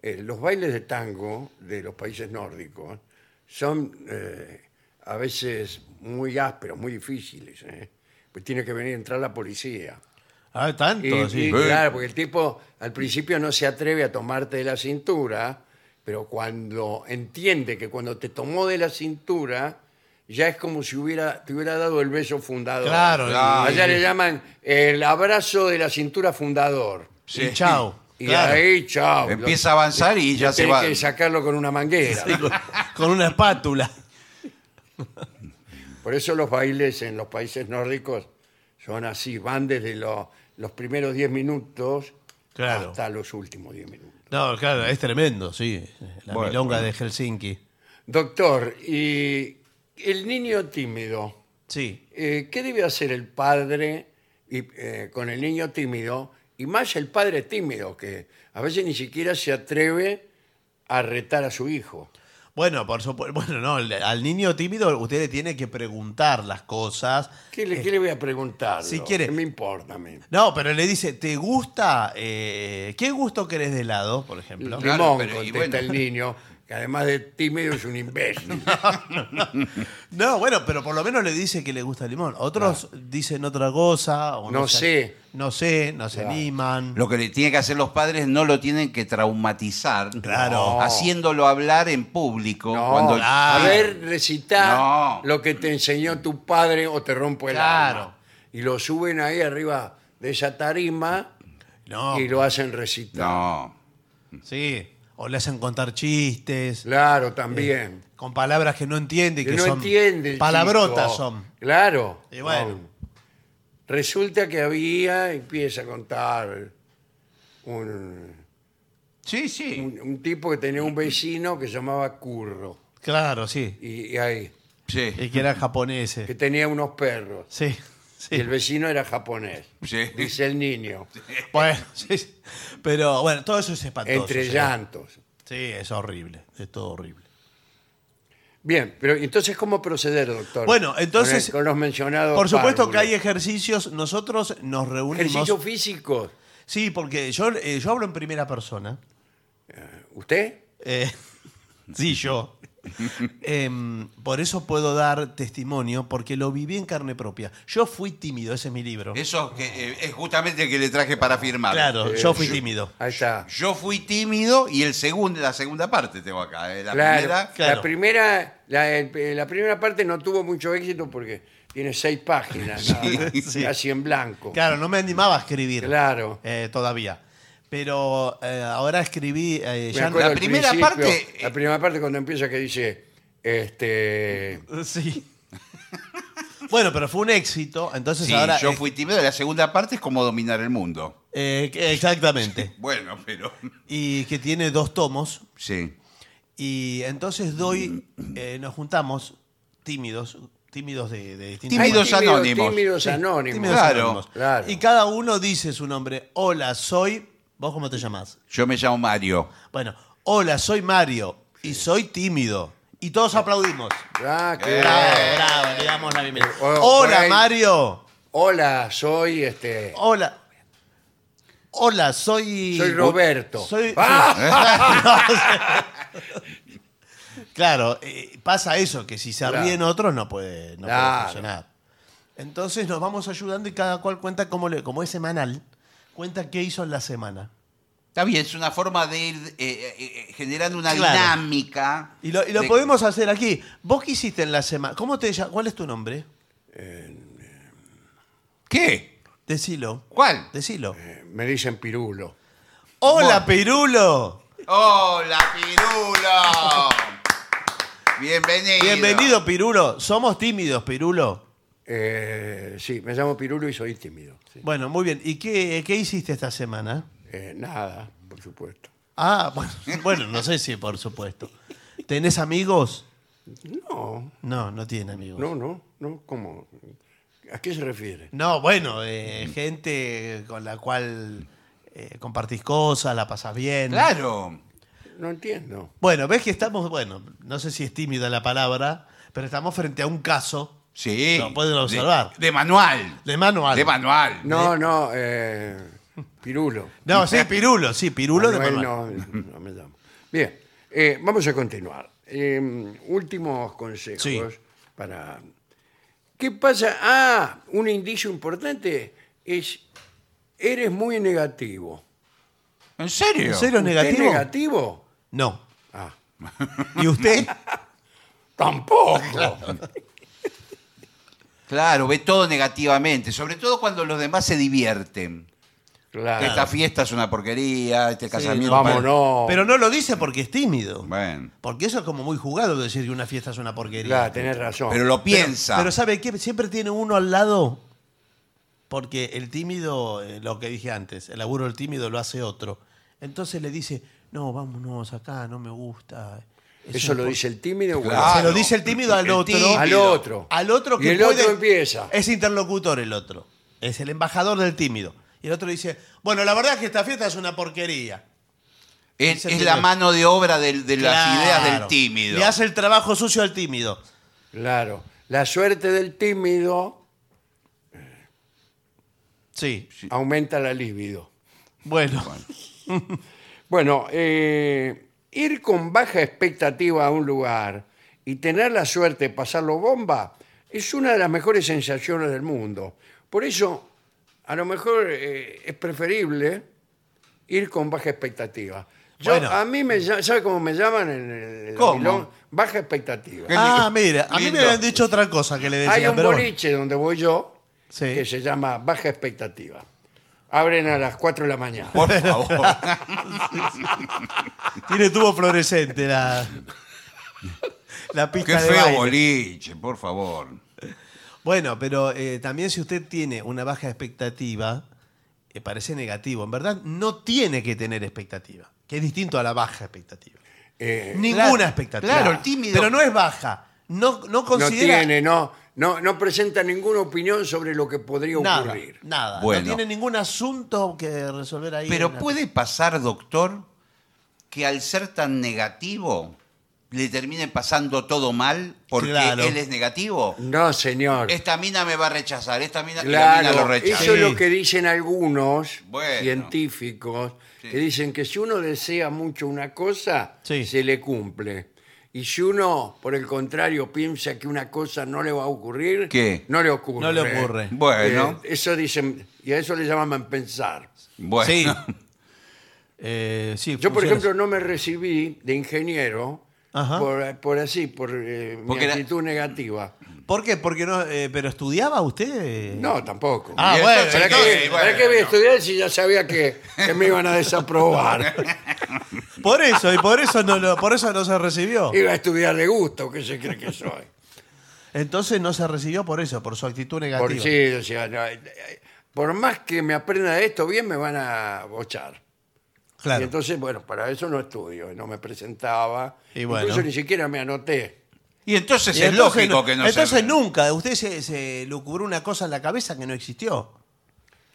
eh, los bailes de tango de los países nórdicos son eh, a veces muy ásperos, muy difíciles. ¿eh? Pues tiene que venir a entrar la policía. Ah, tanto, Y, y sí. claro, porque el tipo al principio no se atreve a tomarte de la cintura, pero cuando entiende que cuando te tomó de la cintura, ya es como si hubiera, te hubiera dado el beso fundador. Claro, Claro. Allá y- le llaman el abrazo de la cintura fundador. y chao. Y Claro. ahí, chao. Empieza a avanzar y ya se Tenés va. que sacarlo con una manguera. Con- Con una espátula. Por eso los bailes en los países nórdicos son así, van desde los, los primeros 10 minutos Claro. hasta los últimos 10 minutos. No, claro, es tremendo, sí. La Bueno, milonga de bueno. Helsinki. Doctor, y el niño tímido, Sí. eh, ¿qué debe hacer el padre y, eh, con el niño tímido? Y más el padre tímido, que a veces ni siquiera se atreve a retar a su hijo. Bueno, por supuesto. Bueno, no, al- al niño tímido usted le tiene que preguntar las cosas. ¿Qué le, qué le voy a preguntar? si quiere- ¿Qué me importa a mí? No, pero le dice, ¿te gusta? eh, ¿Qué gusto querés de helado, por ejemplo? Claro, Limón, pero- y contesta el bueno. niño, que además de tímido es un imbécil. No, bueno, pero por lo menos le dice que le gusta el limón. Otros dicen otra cosa. o No se- sé. No sé, no se Claro. animan. Lo que le tiene que hacer los padres no lo tienen que traumatizar. Claro. Haciéndolo hablar en público. No, cuando- A claro. ver, recita No. lo que te enseñó tu padre o te rompo el Claro. alma. Y lo suben ahí arriba de esa tarima No, y lo hacen recitar. No. sí. O le hacen contar chistes Claro, también. con palabras que no entiende y que que, no son entiende. el palabrotas chico. son. Claro. Y bueno. No. Resulta que había, empieza a contar un, Sí, sí. un- un tipo que tenía un vecino que se llamaba Curro. Claro, sí. Y, y ahí, Sí. Y que eran que japoneses. tenía unos perros. Sí, sí. Y el vecino era japonés. Sí. Dice el niño. Bueno, sí, sí. Pero bueno, todo eso es espantoso. entre sí. llantos. Sí, es horrible. Es todo horrible. Bien, pero entonces, ¿cómo proceder, doctor? Bueno, entonces- Con, el- con los mencionados. Por supuesto que hay párvulos. ejercicios. Nosotros nos reunimos. ejercicios físicos. Sí, porque yo, eh, yo hablo en primera persona. ¿Usted? Eh, sí, yo. Em, por eso puedo dar testimonio, porque lo viví en carne propia. Yo fui tímido, ese es mi libro. Eso que, eh, es justamente el que le traje para firmar. Claro, eh, yo fui tímido. Ahí está. Yo fui tímido y el segundo, la segunda parte tengo acá. eh, La claro, primera. claro. La primera, la, el- la primera parte no tuvo mucho éxito porque tiene seis páginas, nada más, sí. casi en blanco. Claro, no me animaba a escribir. Claro. eh, todavía. Pero eh, ahora escribí. eh, Me ya- acuerdo la al primera principio, eh, parte- La primera parte cuando empieza que dice, este, Sí. bueno, pero fue un éxito. Entonces Sí, ahora. yo eh, fui tímido. La segunda parte es cómo dominar el mundo. eh, exactamente. Bueno, pero. Y que tiene dos tomos. Sí. Y entonces doy. eh, nos juntamos tímidos. Tímidos de, de distintos. Tímidos hay anónimos. Tímidos Sí, anónimos. tímidos Claro. anónimos. Claro. Y cada uno dice su nombre. Hola, soy. ¿Vos cómo te llamás? Yo me llamo Mario. Bueno, hola, soy Mario. Y soy tímido. Y todos aplaudimos. Ah, qué- Bravo, bravo, le damos la bienvenida. Eh, bueno, por Hola, ahí- Mario. Hola, soy este. Hola. Hola, soy. Soy Roberto. Soy. ¡Ah! claro, eh, pasa eso, que si se Claro. ríen otros no puede, no puede Claro. funcionar. Entonces nos vamos ayudando y cada cual cuenta como, le, como es semanal, cuenta qué hizo en la semana. Está bien, es una forma de ir eh, eh, eh, generando una Claro. dinámica. Y lo, y lo de- podemos hacer aquí. ¿Vos qué hiciste en la semana? ¿Cómo te llamas? ¿Cuál es tu nombre? ¿Qué? Decilo. ¿Cuál? Decilo. Me dicen pirulo. ¡Hola, Pirulo! ¡Hola, Pirulo! Bienvenido. Bienvenido, Pirulo. Somos tímidos, Pirulo. Eh, sí, me llamo Pirulo y soy tímido. sí. Bueno, muy bien. ¿Y qué, qué hiciste esta semana? Eh, nada, por supuesto. Ah, bueno, bueno, no sé si por supuesto. ¿Tenés amigos? No, No, no tiene amigos. no, no, no, ¿cómo? ¿A qué se refiere? No, bueno, eh, gente con la cual eh, compartís cosas, la pasás bien. Claro. No entiendo. Bueno, ves que estamos, bueno, no sé si es tímida la palabra, pero estamos frente a un caso Sí. Lo pueden observar. De, de manual. de manual. De manual. No, no, eh, Pirulo. No, sí, pirulo, sí, pirulo de Manuel manual. no, no me llamo. Bien, eh, vamos a continuar. Eh, últimos consejos Sí. para... ¿Qué pasa? Ah, un indicio importante es, eres muy negativo. ¿En serio? ¿En serio ¿Usted es negativo? es negativo? No. Ah, ¿Y usted? tampoco. Claro, ve todo negativamente. Sobre todo cuando los demás se divierten. Claro. Esta fiesta es una porquería, este casamiento. no, vámonos. Pero no lo dice porque es tímido. Bueno. Porque eso es como muy jugado decir que una fiesta es una porquería. Claro, tenés razón. Pero lo piensa. Pero ¿sabe qué? Siempre tiene uno al lado. Porque el tímido, eh, lo que dije antes, el laburo del tímido lo hace otro. Entonces le dice, no, vámonos acá, no me gusta. Es Eso una lo por- dice el tímido. o el- Claro. Se lo dice el tímido al El otro. tímido. Al otro. Al otro que y el puede- otro empieza. Es interlocutor el otro. Es el embajador del tímido. Y el otro dice, bueno, la verdad es que esta fiesta es una porquería. Es, Ese es tímido. la mano de obra del- de, las Claro. ideas del tímido. Le hace el trabajo sucio al tímido. Claro. La suerte del tímido Sí. aumenta la libido. Bueno. Bueno, eh, ir con baja expectativa a un lugar y tener la suerte de pasarlo bomba es una de las mejores sensaciones del mundo. Por eso, a lo mejor eh, es preferible ir con baja expectativa. Yo- Bueno. A mí me lla- ¿sabe cómo me llaman en el, el ¿Cómo? avilón? Baja expectativa. Qué Ah, lindo. mira, a mí me Lindo. habían dicho otra cosa que le decían. Hay un pero bueno. boliche donde voy yo Sí. que se llama Baja Expectativa. Abren a las 4 de la mañana. Por favor. Tiene tubo fluorescente la, la pista Qué de feo baile. boliche, por favor. Bueno, pero eh, también si usted tiene una baja expectativa, eh, parece negativo. En verdad, no tiene que tener expectativa, que es distinto a la baja expectativa. Eh, Ninguna claro, expectativa. claro, el tímido- Pero no es baja. No, no no considera tiene, no, no, no presenta ninguna opinión sobre lo que podría nada. ocurrir. nada. Bueno. No tiene ningún asunto que resolver ahí. Pero Una- puede pasar, doctor, que al ser tan negativo le termine pasando todo mal porque Claro. él es negativo. No, señor. Esta mina me va a rechazar, esta mina, y la mina lo claro, rechaza. eso es lo Sí. que dicen algunos Bueno. científicos Sí. que dicen que si uno desea mucho una cosa, Sí. se le cumple. Y si uno, por el contrario, piensa que una cosa no le va a ocurrir, ¿Qué? no le ocurre. No le ocurre. Bueno. Eh, eso dicen, y a eso le llaman pensar. Bueno, Sí. Eh, sí, Yo, por funciona ejemplo, no me recibí de ingeniero Ajá. por, por así, por eh, mi Porque la- actitud negativa. así. ¿Por qué? Porque no, eh, ¿Pero estudiaba usted? No, tampoco. Ah, Y bueno, entonces- ¿Para, entonces, qué, bueno, para qué voy a no. estudiar si ya sabía que, que me iban a desaprobar? Por eso, y por eso no, lo- por eso no se recibió. Iba a estudiar de gusto, que se cree que soy. Entonces no se recibió por eso, por su actitud negativa. Por sí, o sea, no, eh, eh, por más que me aprenda esto bien, me van a bochar. Y Claro. entonces, bueno, para eso no estudio, no me presentaba. Y bueno. Incluso ni siquiera me anoté. Y entonces Y es entonces lógico no- que no se Entonces re- nunca, usted se, se lucubró una cosa en la cabeza que no existió.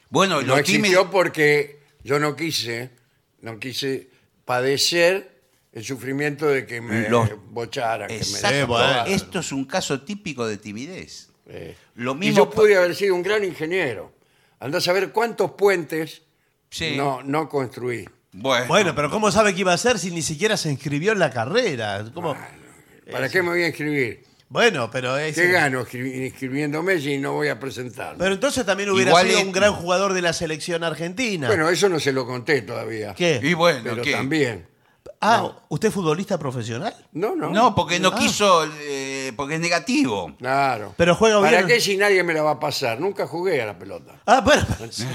Bueno, No lo existió tímido. porque yo no quise, no quise padecer el sufrimiento de que me Los- bocharan. que me Exacto. desaprobaran. Esto es un caso típico de timidez. Eh, Lo Y mismo yo pa- pude haber sido un gran ingeniero. Andá a saber cuántos puentes Sí. no, no construí. Bueno, Bueno, pero ¿cómo sabe qué iba a hacer si ni siquiera se inscribió en la carrera? ¿Cómo? ¿Para qué me voy a inscribir? Bueno, pero es- ¿Qué gano escri- inscribiéndome si no voy a presentarme? Pero entonces también hubiera Igual sido es- un gran jugador de la selección argentina. Bueno, eso no se lo conté todavía. ¿Qué? y bueno, Pero ¿qué? también. ah, ¿usted es futbolista profesional? No, no. No, porque no Ah. quiso, eh, porque es negativo. Claro. Pero juega ¿Para bien. qué si nadie me la va a pasar? Nunca jugué a la pelota. Ah, bueno.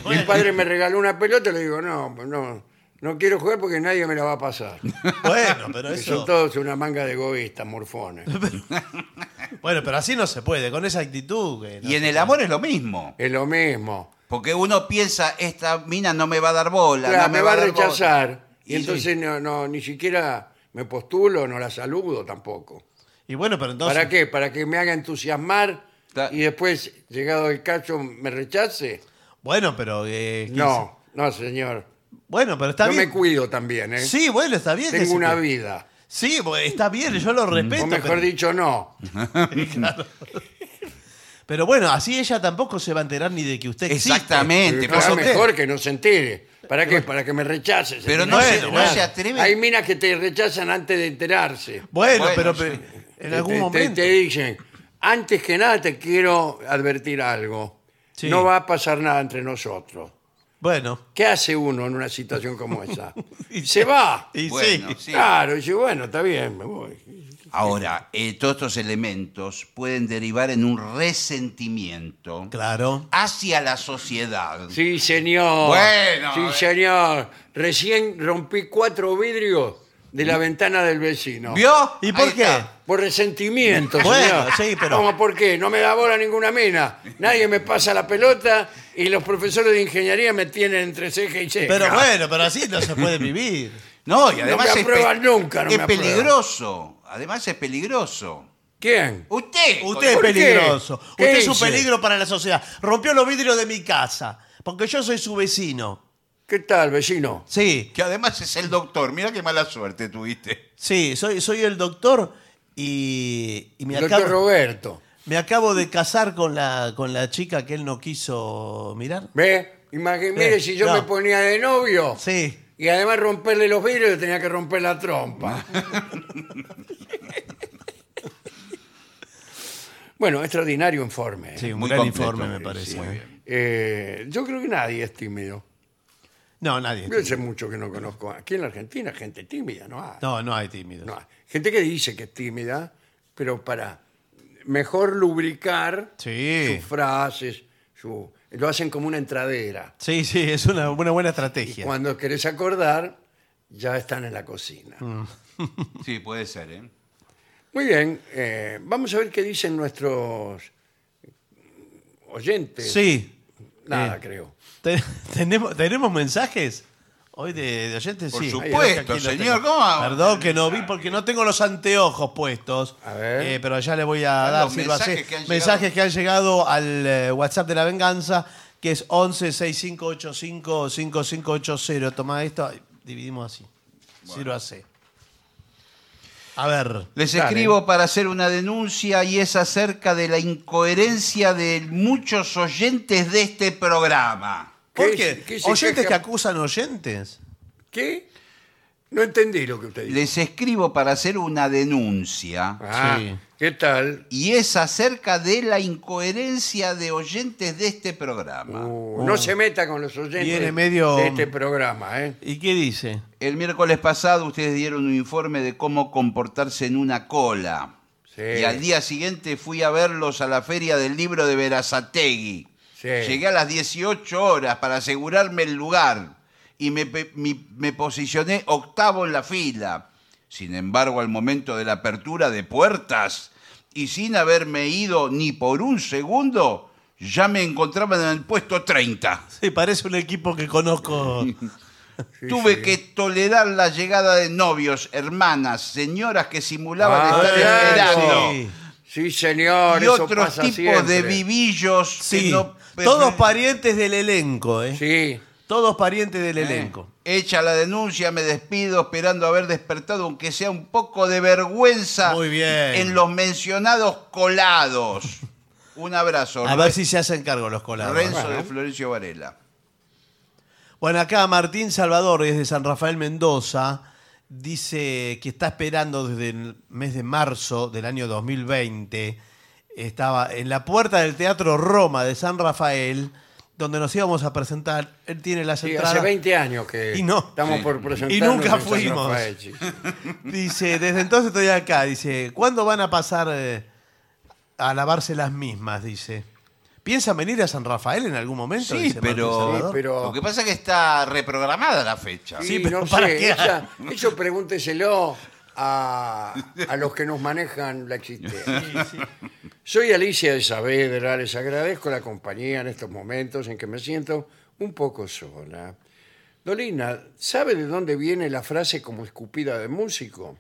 Mi padre me regaló una pelota y le digo, no, no, no quiero jugar porque nadie me la va a pasar. bueno, pero Que eso. Son todos una manga de egoístas, morfones. Bueno, pero así no se puede, con esa actitud. que no Y en se el puede. amor es lo mismo. Es lo mismo. Porque uno piensa, esta mina no me va a dar bola. Claro, no me va a dar bola. rechazar. Y, Y entonces no, no, ni siquiera me postulo, no la saludo tampoco. Y bueno, pero entonces. ¿Para qué? ¿Para que me haga entusiasmar Ta- y después, llegado el caso, me rechace? Bueno, pero. eh, ¿quién No, no, señor. se- Bueno, pero está Yo bien. me cuido también, ¿eh? Sí, bueno, está bien. que Tengo se- una vida. Sí, bueno, está bien, yo lo respeto. O mejor pero, dicho, no. pero bueno, así ella tampoco se va a enterar ni de que usted existe. Exactamente. Pero por es Claro. supuesto. mejor que no se entere. ¿Para qué? Para que me rechace. Pero señor. no, se, Bueno, no bueno. se atreve. Hay minas que te rechazan antes de enterarse. Bueno, Bueno, pero, sí. pero en Te- algún te- te- momento. Te, dicen, antes que nada te quiero advertir algo. Sí. No va a pasar nada entre nosotros. Bueno. ¿Qué hace uno en una situación como esa? Y se va. Y Bueno, sí. sí. Claro, y dice, bueno, está bien, me voy. Ahora, eh, todos estos elementos pueden derivar en un resentimiento Claro. hacia la sociedad. Sí, señor. Bueno, Sí, eh. señor. Recién rompí cuatro vidrios de la ventana del vecino. ¿Vio? ¿Y por Ahí qué? está. Por resentimiento, Bueno, señor. sí, pero- ¿Cómo por qué? No me da bola ninguna mina. Nadie me pasa la pelota y los profesores de ingeniería me tienen entre ceja y ceja. Pero bueno, pero así no se puede vivir. No, y además me es pe- aprueban nunca, no es me aprueban. peligroso. Además es peligroso. ¿Quién? Usted. Usted es ¿Por qué? peligroso. ¿Qué Usted es un hice? peligro para la sociedad. Rompió los vidrios de mi casa. Porque yo soy su vecino. ¿Qué tal, vecino? Sí, Que además es el doctor. Mira qué mala suerte tuviste. sí, soy, soy el doctor y, y me, Doctor acabo, Roberto. me acabo de casar con la, con la chica que él no quiso mirar. ¿Ve? Imagínese, mire, Sí, si yo no. me ponía de novio Sí. y además romperle los vidrios, le tenía que romper la trompa. Ah. bueno, extraordinario informe. ¿eh? Sí, un Muy gran completo. informe me parece. Sí, muy ¿eh? bien. Eh, yo creo que nadie es tímido. No, nadie. Yo sé mucho que no conozco. Aquí en la Argentina, gente tímida, no hay. No, no hay tímidos. No hay. Gente que dice que es tímida, pero para mejor lubricar Sí. sus frases, su- lo hacen como una entradera. Sí, sí, es una, una buena Y estrategia. cuando querés acordar, ya están en la cocina. Mm. Sí, puede ser, ¿eh? Muy bien, eh, vamos a ver qué dicen nuestros oyentes. Sí. eh. Nada, creo. Te- ¿Tenemos, ¿Tenemos mensajes? Hoy de, de oyentes, Por sí. supuesto, Aquí lo señor, tengo. ¿cómo va? Perdón que no vi porque no tengo los anteojos puestos. A ver. Eh, pero ya le voy a Ah, dar los Silva, mensajes sí. que han mensajes que han llegado al eh, WhatsApp de la venganza, que es 11 6585 5580. Toma esto, ay, dividimos así. Silva C. A ver. Les Dale. escribo para hacer una denuncia y es acerca de la incoherencia de muchos oyentes de este programa. ¿Por ¿Qué qué? se- qué se ¿Oyentes queja? que acusan oyentes? ¿Qué? No entendí lo que usted dijo. Les escribo para hacer una denuncia Ah, Sí. ¿Qué tal? y es acerca de la incoherencia de oyentes de este programa. Uh, No se meta con los oyentes Viene medio- de este programa, ¿eh? ¿Y qué dice? El miércoles pasado ustedes dieron un informe de cómo comportarse en una cola. Sí. Y al día siguiente fui a verlos a la feria del libro de Verazategui. Sí. Llegué a las 18 horas para asegurarme el lugar y me, pe- mi- me posicioné octavo en la fila. Sin embargo, al momento de la apertura de puertas y sin haberme ido ni por un segundo, ya me encontraba en el puesto 30. Sí, parece un equipo que conozco. Sí, Tuve sí. que tolerar la llegada de novios, hermanas, señoras que simulaban Ah, estar claro. esperando. Sí. Sí, señor, y eso otros pasa tipos de siempre. vivillos Sí, que no eh, todos parientes del elenco, ¿eh? Sí, Todos parientes del Eh, elenco. Hecha la denuncia, me despido esperando haber despertado aunque sea un poco de vergüenza Muy bien. en los mencionados colados. Un abrazo. A ver si se hacen cargo los colados. Renzo de Florencio Varela. Bueno, acá Martín Salvador, desde San Rafael Mendoza, dice que está esperando desde el mes de marzo del año 2020. Estaba en la puerta del Teatro Roma de San Rafael, donde nos íbamos a presentar. Él tiene las sí, entradas. hace 20 años que Y no. estamos por presentarnos Y nunca en San fuimos. Rafael, sí. Dice, desde entonces estoy acá. Dice, ¿cuándo van a pasar eh, a lavarse las mismas? Dice. ¿Piensan venir a San Rafael en algún momento? Sí, Dice Martín pero- Salvador. Sí, pero- Lo que pasa es que está reprogramada la fecha. Sí, Sí, pero no ¿para sé, qué? esa- eso pregúnteselo a, a los que nos manejan la existencia. Sí, sí. Soy Alicia de Saavedra, les agradezco la compañía en estos momentos en que me siento un poco sola. Dolina, ¿sabe de dónde viene la frase como escupida de músico?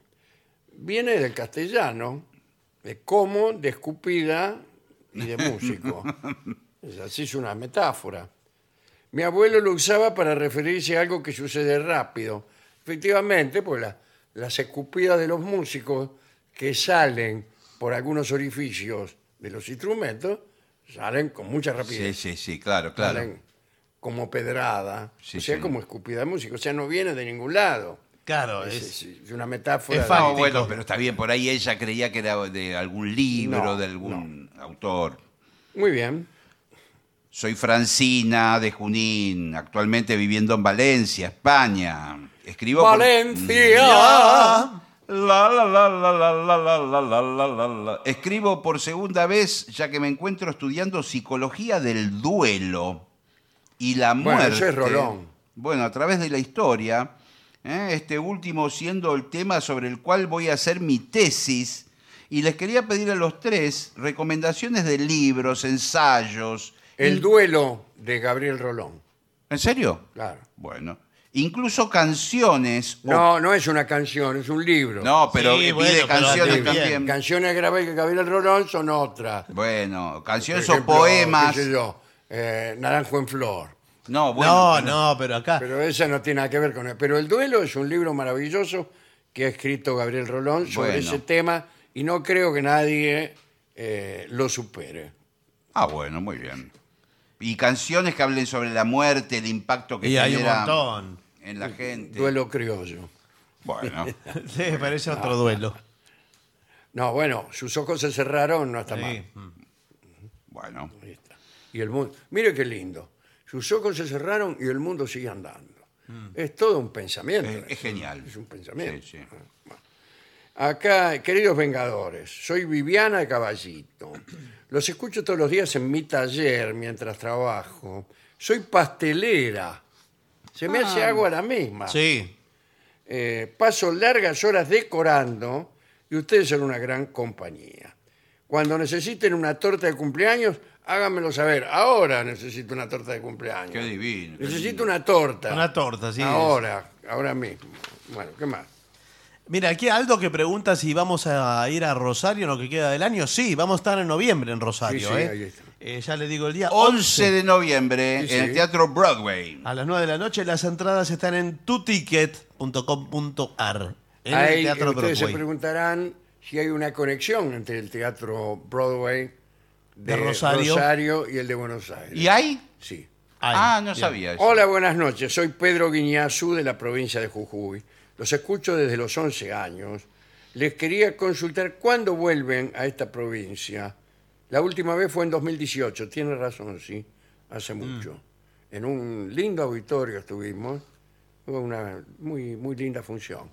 Viene del castellano, de como, de escupida y de músico. Es así es una metáfora. Mi abuelo lo usaba para referirse a algo que sucede rápido. Efectivamente, pues la- las escupidas de los músicos que salen por algunos orificios de los instrumentos salen con mucha Sí, rapidez. sí, sí, claro, claro. Salen como pedrada, Sí, o sea, sí. como escupida de músico. O sea, no viene de ningún lado. Claro, Es, es, es- es una metáfora. es de- No, Fáctico. bueno, pero está bien, por ahí ella creía que era de algún libro, No, de algún autor. Muy bien. Soy Francina de Junín, actualmente viviendo en Valencia, España. Escribo por- Valencia. La, la, la, la, la, la, la, la, la, la, la, la. Mm, Escribo por segunda vez ya que me encuentro estudiando psicología del duelo y la Bueno, muerte. eso es Rolón. Bueno, a través de la historia, ¿eh? este último siendo el tema sobre el cual voy a hacer mi tesis. Y les quería pedir a los tres recomendaciones de libros, ensayos. El duelo de Gabriel Rolón. ¿En serio? Claro. Bueno. Incluso canciones. o- No, no es una canción, es un libro. No, pero Sí, pide bueno, pero canciones antes bien. también. Canciones grabadas que Gabriel Rolón son otras. Bueno, Por canciones ejemplo, o poemas. qué sé yo, eh, Naranjo en flor. No, bueno. no, no, pero acá. Pero esa no tiene nada que ver con él. Pero El duelo es un libro maravilloso que ha escrito Gabriel Rolón sobre Bueno. ese tema y no creo que nadie eh, lo supere. Ah, bueno, muy bien. Y canciones que hablen sobre la muerte, el impacto que Y hay un genera montón. en la gente. Duelo criollo. Bueno, Sí, parece otro duelo. No, bueno, sus ojos se cerraron, no está mal. Sí. mm, bueno. Ahí está. Y el mundo. Mire qué lindo. Sus ojos se cerraron y el mundo sigue andando. Es todo un pensamiento. Mm. Es, es genial. Es un pensamiento. Sí, sí. Acá, queridos vengadores, soy Viviana de Caballito. Los escucho todos los días en mi taller mientras trabajo. Soy pastelera. Se me Ah. hace agua la misma. Sí. Eh, paso largas horas decorando y ustedes son una gran compañía. Cuando necesiten una torta de cumpleaños, háganmelo saber. Ahora necesito una torta de cumpleaños. Qué divino, qué Necesito lindo. una torta. Una torta, sí. Ahora, ahora mismo. Bueno, ¿qué más? Mira, aquí Aldo que pregunta si vamos a ir a Rosario en lo que queda del año. Sí, vamos a estar en noviembre en Rosario. Sí, sí, ¿eh? ahí está. Eh, ya le digo el día 11 11. de Sí, noviembre en sí. Ah, el Teatro Broadway. A las 9 de la noche las entradas están en tuticket.com.ar. En Ahí, eh, el Teatro ustedes se Broadway. preguntarán si hay una conexión entre el teatro Broadway de, De Rosario. Rosario y el de Buenos Aires. ¿Y hay? Sí. Ahí, ah, no bien. sabía eso. Hola, buenas noches. Soy Pedro Guiñazú de la provincia de Jujuy. Los escucho desde los 11 años. Les quería consultar cuándo vuelven a esta provincia. La última vez fue en 2018. Tiene razón, sí. Hace mucho. Mm. En un lindo auditorio estuvimos. Fue una muy, muy linda función.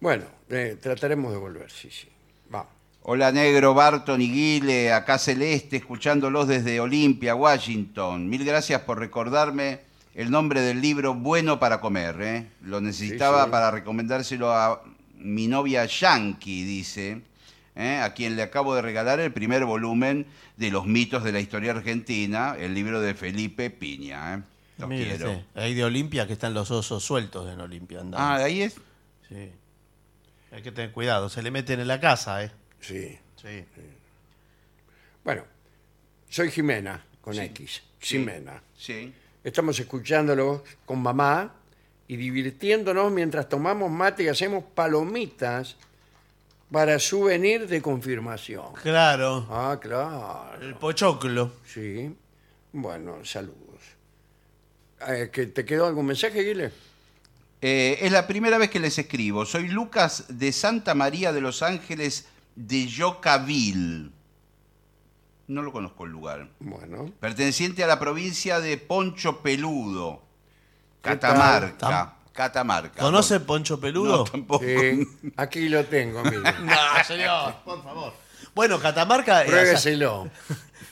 Bueno, eh, trataremos de volver, sí, sí. Vamos. Hola Negro, Barton y Guile, acá Celeste, escuchándolos desde Olimpia, Washington. Mil gracias por recordarme el nombre del libro Bueno para Comer. ¿eh? Lo necesitaba Sí, sí. para recomendárselo a mi novia Yankee, dice, ¿eh? a quien le acabo de regalar el primer volumen de Los mitos de la historia argentina, el libro de Felipe Piña. ¿eh? Lo Mire, quiero. sí. Ahí de Olimpia que están los osos sueltos en Olimpia. andando. Ah, ahí es. Sí. Hay que tener cuidado, se le meten en la casa, ¿eh? Sí. Sí. Bueno, soy Jimena, con X. Jimena. Sí. Estamos escuchándolo con mamá y divirtiéndonos mientras tomamos mate y hacemos palomitas para souvenir de confirmación. Claro, Ah, claro. el pochoclo. Sí. Bueno, saludos. Eh, ¿que ¿Te quedó algún mensaje, Guile? Eh, es la primera vez que les escribo. Soy Lucas de Santa María de los Ángeles de Yocavil. No lo conozco el lugar. Bueno. Perteneciente a la provincia de Poncho Peludo. ¿Qué tal? Catamarca. Catamarca. ¿Conoce Poncho Peludo? No, tampoco. sí, aquí lo tengo, mire. No, señor, por favor. Bueno, Catamarca eh, se, Pruébeselo.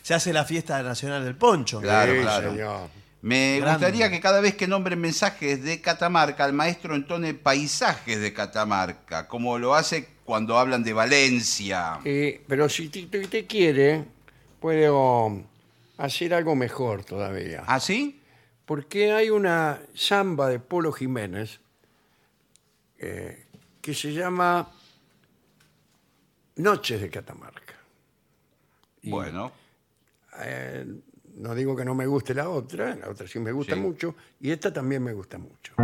se hace la fiesta nacional del poncho. Claro, Sí, claro. señor. Me Grande. gustaría que cada vez que nombren mensajes de Catamarca, el maestro entone paisajes de Catamarca, como lo hace cuando hablan de Valencia. Eh, pero si Tito y te quiere, puedo hacer algo mejor todavía. ¿Ah, sí? Porque hay una samba de Polo Jiménez eh, que se llama Noches de Catamarca. Y, Bueno, eh, no digo que no me guste la otra, la otra sí me gusta Sí. mucho, y esta también me gusta mucho.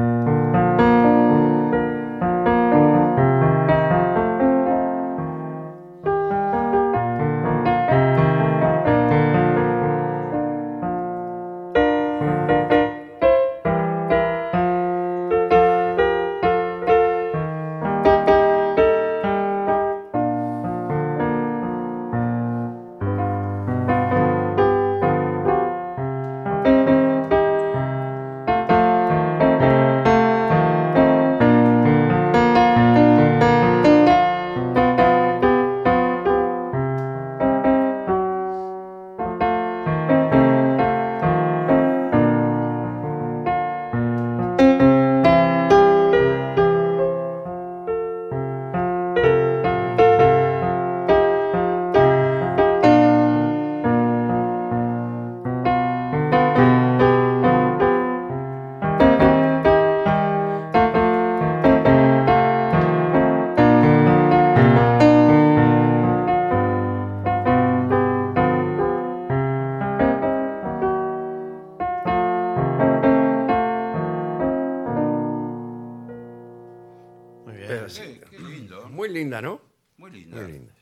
Muy bien. Pedacito. eh, qué, qué lindo, Eh, Muy linda, ¿no? muy Muy lindo. linda.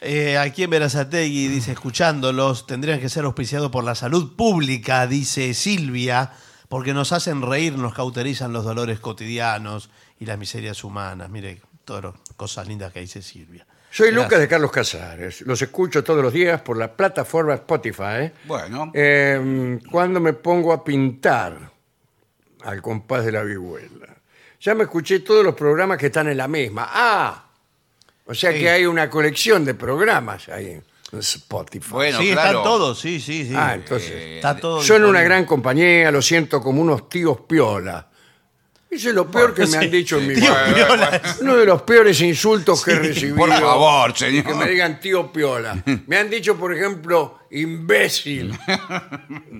Eh, aquí en Verazategui dice, escuchándolos, tendrían que ser auspiciados por la salud pública, dice Silvia, porque nos hacen reír, nos cauterizan los dolores cotidianos y las miserias humanas. Mire, todas las cosas lindas que dice Silvia. Soy Gracias. Lucas de Carlos Casares. Los escucho todos los días por la plataforma Spotify. Bueno, Eh, cuando me pongo a pintar al compás de la vihuela. Ya me escuché todos los programas que están en la misma. Ah, o sea Sí. que hay una colección de programas ahí en Spotify. Bueno, sí, claro. están todos, sí, sí, sí. Ah, entonces. Está todo Son una disponible. gran compañía, lo siento como unos tíos piola. Eso es lo peor que me han dicho en mi Tío vida. Piola. Uno de los peores insultos que he recibido. por favor, Que me señor. digan tío Piola. Me han dicho, por ejemplo, imbécil.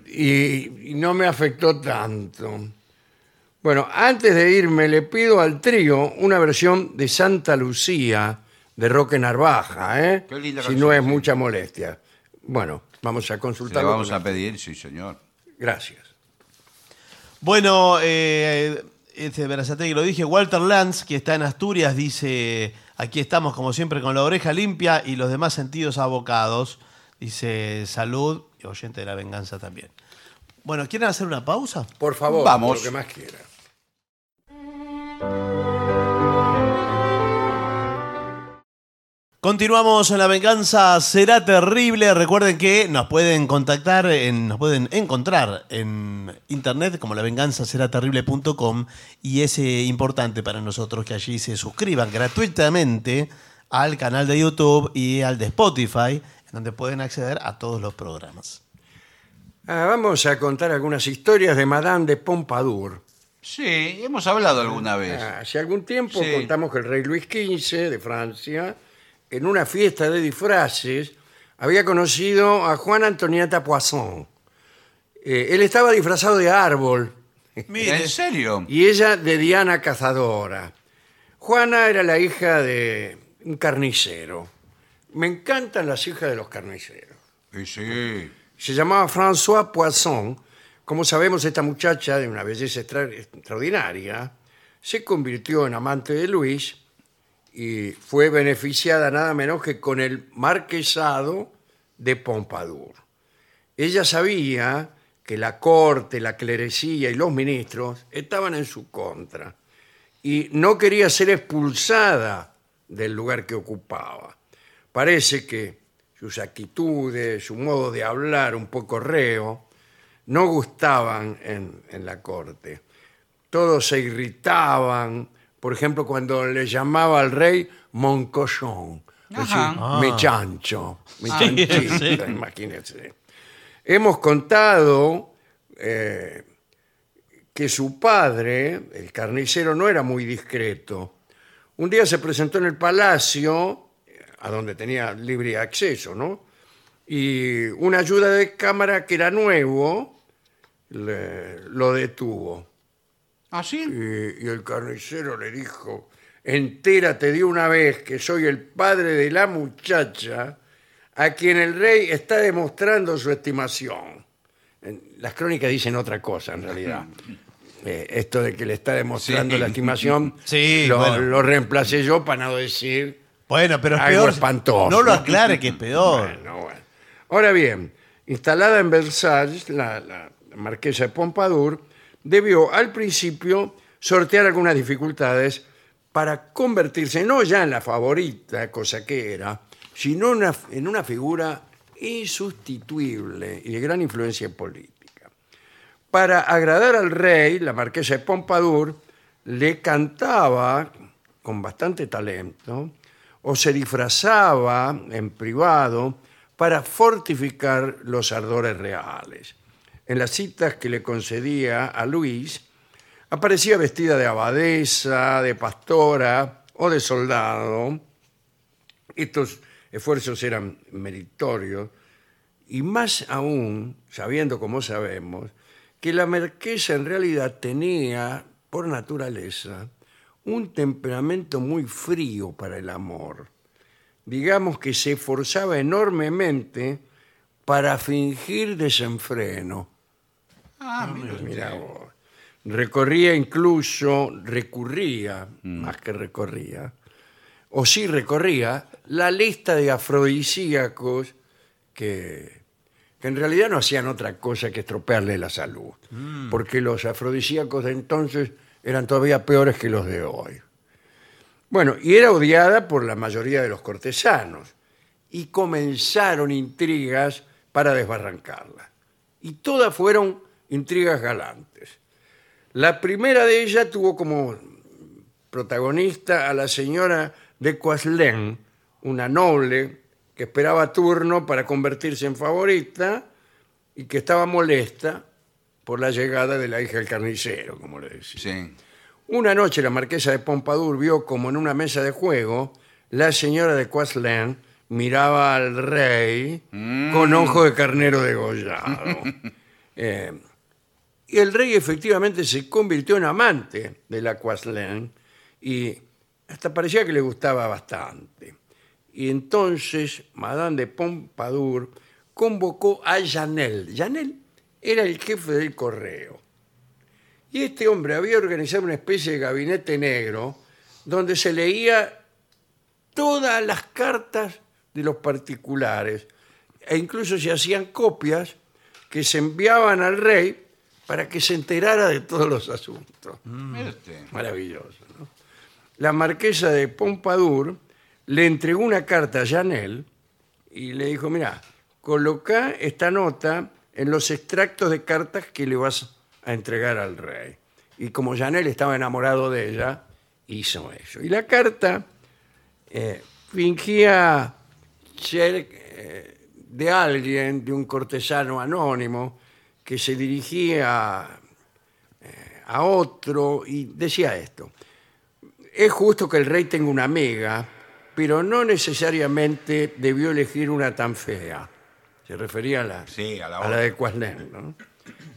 Y, y no me afectó tanto. Bueno, antes de irme, le pido al trío una versión de Santa Lucía de Roque Narvaja, ¿eh? Qué linda si canción, no es sí. mucha molestia. Bueno, vamos a Se lo consultarlo. vamos con a la- pedir, sí, señor. Gracias. Bueno, eh, este Berazategui lo dije, Walter Lanz, que está en Asturias, dice, aquí estamos como siempre con la oreja limpia y los demás sentidos abocados. Dice, salud y oyente de la venganza también. Bueno, ¿quieren hacer una pausa? Por favor, Vamos. lo que más quiera. Continuamos en La Venganza Será Terrible. Recuerden que nos pueden contactar, en- nos pueden encontrar en internet como lavenganzaseraterrible.com y es eh, importante para nosotros que allí se suscriban gratuitamente al canal de YouTube y al de Spotify, en donde pueden acceder a todos los programas. Ah, vamos a contar algunas historias de Madame de Pompadour. Sí, hemos hablado alguna vez. Ah, Hace algún tiempo Sí. contamos que el rey Luis XV de Francia, en una fiesta de disfraces, había conocido a Juan Antonieta Poisson. Eh, él estaba disfrazado de árbol ¿En serio? y ella de Diana Cazadora. Juana era la hija de un carnicero. Me encantan las hijas de los carniceros. Sí, sí. Se llamaba François Poisson. Como sabemos, esta muchacha de una belleza extra- extraordinaria se convirtió en amante de Luis y fue beneficiada nada menos que con el marquesado de Pompadour. Ella sabía que la corte, la clerecía y los ministros estaban en su contra y no quería ser expulsada del lugar que ocupaba. Parece que sus actitudes, su modo de hablar un poco reo, no gustaban en, en la corte. Todos se irritaban, por ejemplo, cuando le llamaba al rey Moncochón, es decir, Ajá. me chancho, me chanchita, imagínense. Hemos contado eh, que su padre, el carnicero, no era muy discreto. Un día se presentó en el palacio, eh, a donde tenía libre acceso, ¿no? Y una ayuda de cámara que era nuevo le- lo detuvo. ¿Ah, sí? Y, y el carnicero le dijo, entérate de una vez que soy el padre de la muchacha a quien el rey está demostrando su estimación. En- Las crónicas dicen otra cosa, en realidad. Eh, esto de que le está demostrando Sí. la estimación, Sí, lo, bueno. lo reemplacé yo para no decir... Bueno, pero es Algo peor. espantoso. No lo aclare que es peor. Bueno, bueno. Ahora bien, instalada en Versalles, la, la marquesa de Pompadour debió al principio sortear algunas dificultades para convertirse no ya en la favorita, cosa que era, sino una- en una figura insustituible y de gran influencia política. Para agradar al rey, la marquesa de Pompadour le cantaba con bastante talento o se disfrazaba en privado para fortificar los ardores reales. En las citas que le concedía a Luis, aparecía vestida de abadesa, de pastora o de soldado. Estos esfuerzos eran meritorios y más aún, sabiendo como sabemos, que la marquesa en realidad tenía, por naturaleza, un temperamento muy frío para el amor. Digamos que se esforzaba enormemente para fingir desenfreno. Mirá vos. Recorría incluso, recurría, más que recorría, o sí recorría, la lista de afrodisíacos que, que en realidad no hacían otra cosa que estropearle la salud. Porque los afrodisíacos de entonces eran todavía peores que los de hoy. Bueno, y era odiada por la mayoría de los cortesanos. Y comenzaron intrigas para desbarrancarla. Y todas fueron intrigas galantes. La primera de ellas tuvo como protagonista a la señora de Coaslén, una noble que esperaba turno para convertirse en favorita y que estaba molesta por la llegada de la hija del carnicero, como le decía. Sí. Una noche la marquesa de Pompadour vio como en una mesa de juego la señora de Quaslén miraba al rey con ojo de carnero degollado. Eh, y el rey efectivamente se convirtió en amante de la Quaslén y hasta parecía que le gustaba bastante. Y entonces Madame de Pompadour convocó a Janel. Janel era el jefe del correo. Y este hombre había organizado una especie de gabinete negro donde se leía todas las cartas de los particulares e incluso se hacían copias que se enviaban al rey para que se enterara de todos los asuntos. Este. Maravilloso. ¿no? La marquesa de Pompadour le entregó una carta a Janel y le dijo, mira, coloca esta nota en los extractos de cartas que le vas a entregar al rey. Y como Janel estaba enamorado de ella, hizo eso. Y la carta eh, fingía ser eh, de alguien, de un cortesano anónimo, que se dirigía a otro y decía esto. Es justo que el rey tenga una amiga, pero no necesariamente debió elegir una tan fea. Se refería a la, Sí, a la otra. de Quaslén. ¿no?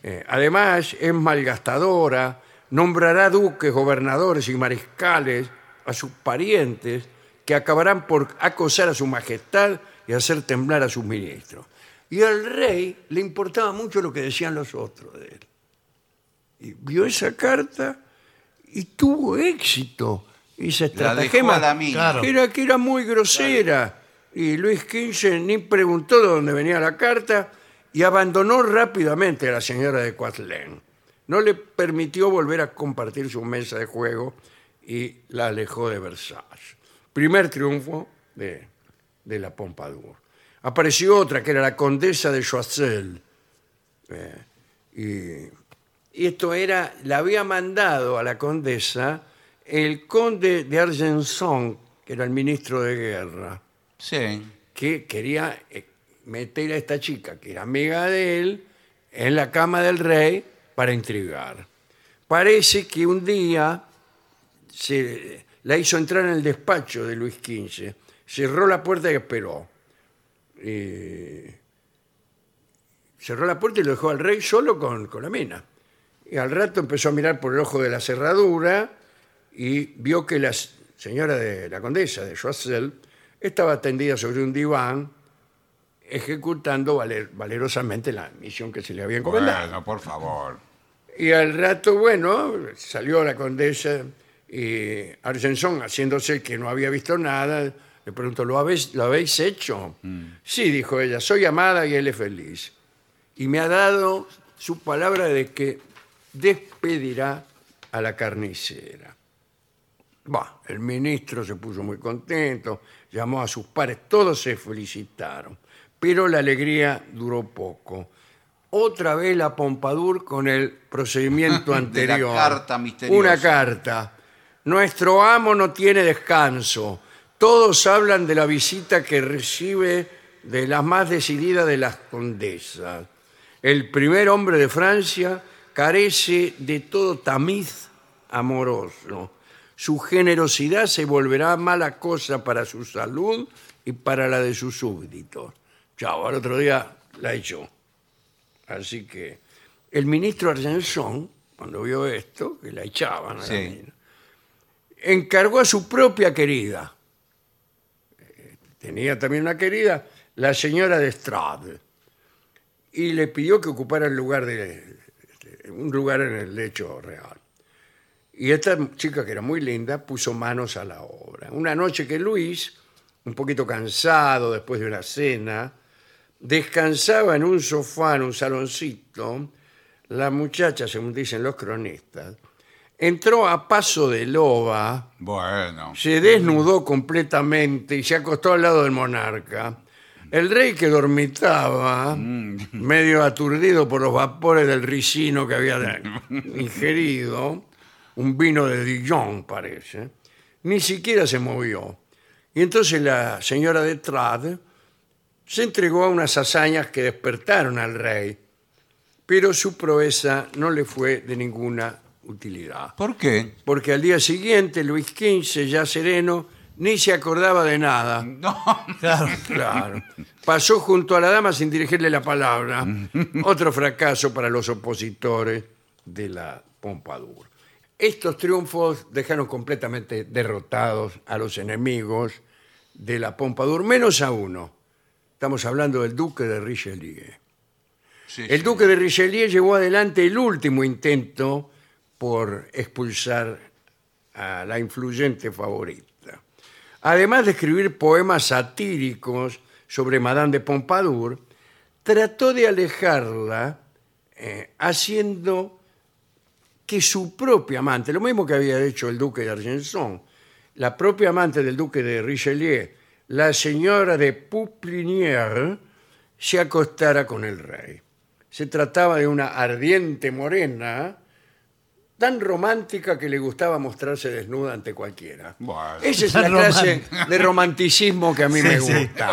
Eh, además, es malgastadora, nombrará duques, gobernadores y mariscales a sus parientes que acabarán por acosar a su majestad y hacer temblar a sus ministros. Y al rey le importaba mucho lo que decían los otros de él y vio esa carta y tuvo éxito esa La dejó estratagema a la mina. Claro. que era que era muy grosera y Luis XV ni preguntó de dónde venía la carta y abandonó rápidamente a la señora de Coatlén. No le permitió volver a compartir su mesa de juego y la alejó de Versalles. Primer triunfo de, de la Pompadour. Apareció otra que era la condesa de Choiseul. Eh, y, y esto era, la había mandado a la condesa el conde de Argenson, que era el ministro de guerra, Sí. que quería eh, meter a esta chica, que era amiga de él, en la cama del rey para intrigar. Parece que un día se la hizo entrar en el despacho de Luis XV, cerró la puerta y esperó. Eh, cerró la puerta y lo dejó al rey solo con, con la mina. Y al rato empezó a mirar por el ojo de la cerradura y vio que la s- señora de la condesa de Choiseul estaba tendida sobre un diván ejecutando valer- valerosamente la misión que se le había encomendado. Bueno, por favor. Y al rato, bueno, salió la condesa y Argenzón, haciéndose que no había visto nada, le preguntó, ¿lo habéis, lo habéis hecho? Sí, dijo ella, soy amada y él es feliz. Y me ha dado su palabra de que despedirá a la carnicera. Bah, el ministro se puso muy contento, llamó a sus pares, todos se felicitaron, pero la alegría duró poco. Otra vez la Pompadour con el procedimiento De la anterior. carta misteriosa. Una carta. Nuestro amo no tiene descanso. Todos hablan de la visita que recibe de la más decidida de las condesas. El primer hombre de Francia carece de todo tamiz amoroso. Su generosidad se volverá mala cosa para su salud y para la de sus súbditos. Chao, al otro día la echó. Así que el ministro Argenzón, cuando vio esto, que la echaban, a la Sí. mina, encargó a su propia querida, eh, tenía también una querida, la señora de Strade, y le pidió que ocupara el lugar de, este, un lugar en el lecho real. Y esta chica, que era muy linda, puso manos a la obra. Una noche que Luis, un poquito cansado después de una cena, descansaba en un sofá, en un saloncito, la muchacha, según dicen los cronistas, entró a paso de loba, Bueno. se desnudó completamente y se acostó al lado del monarca. El rey que dormitaba, medio aturdido por los vapores del ricino que había de- ingerido, un vino de Dijon parece, ni siquiera se movió. Y entonces la señora de Trad se entregó a unas hazañas que despertaron al rey, pero su proeza no le fue de ninguna utilidad ¿Por qué? porque al día siguiente Luis XV, ya sereno, ni se acordaba de nada. No. Claro. Pasó junto a la dama sin dirigirle la palabra. Otro fracaso para los opositores de la Pompadour. Estos triunfos dejaron completamente derrotados a los enemigos de la Pompadour, menos a uno. Estamos hablando del duque de Richelieu. Sí, El sí. duque de Richelieu llevó adelante el último intento por expulsar a la influyente favorita. Además de escribir poemas satíricos sobre Madame de Pompadour, trató de alejarla eh, haciendo que su propia amante, lo mismo que había hecho el duque de Argenson, la propia amante del duque de Richelieu, la señora de Pouplinière, se acostara con el rey. Se trataba de una ardiente morena, tan romántica que le gustaba mostrarse desnuda ante cualquiera. Bueno. Esa es la Tan clase de romanticismo que a mí Sí, me sí. gusta.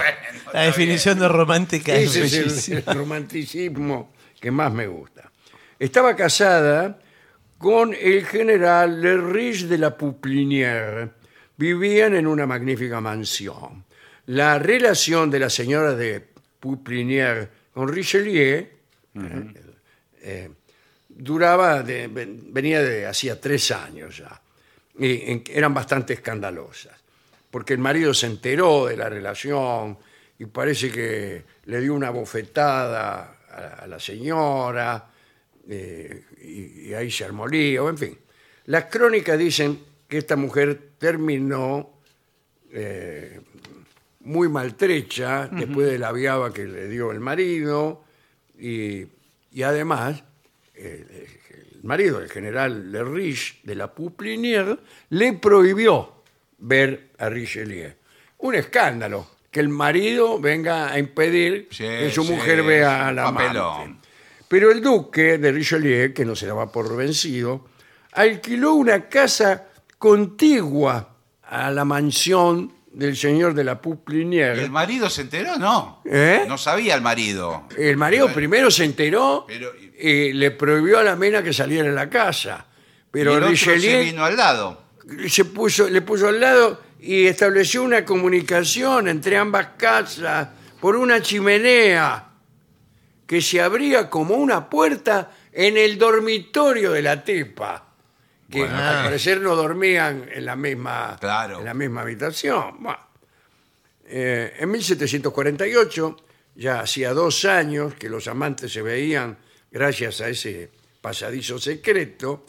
La definición de romántica es Ese es bellísima. el, el romanticismo que más me gusta. Estaba casada con el general Le Riche de la Pouplinière. Vivían en una magnífica mansión. La relación de la señora de Pouplinière con Richelieu eh, eh, duraba, de- ven- venía de hacía tres años ya. Y en- eran bastante escandalosas porque el marido se enteró de la relación y parece que le dio una bofetada a, a la señora eh, y, y ahí se armó lío, en fin. Las crónicas dicen que esta mujer terminó eh, muy maltrecha después de la viaba que le dio el marido y, y además el, el marido, el general Le Riche de la Pouplinière, le prohibió ver a Richelieu. Un escándalo que el marido venga a impedir Sí, que su sí, mujer vea a un la amante. papelón. Pero el duque de Richelieu, que no se daba por vencido, alquiló una casa contigua a la mansión del señor de la ¿El Puplinière. marido se enteró? No. ¿Eh? No sabía el marido. El marido primero se enteró Pero- y le prohibió a la mena que saliera de la casa. Pero Y el otro se Richelieu vino al lado. se puso, le puso al lado y estableció una comunicación entre ambas casas por una chimenea que se abría como una puerta en el dormitorio de la tipa. Que al parecer no dormían en la misma, Claro. en la misma habitación. Bueno. Eh, en 1748, ya hacía dos años que los amantes se veían gracias a ese pasadizo secreto,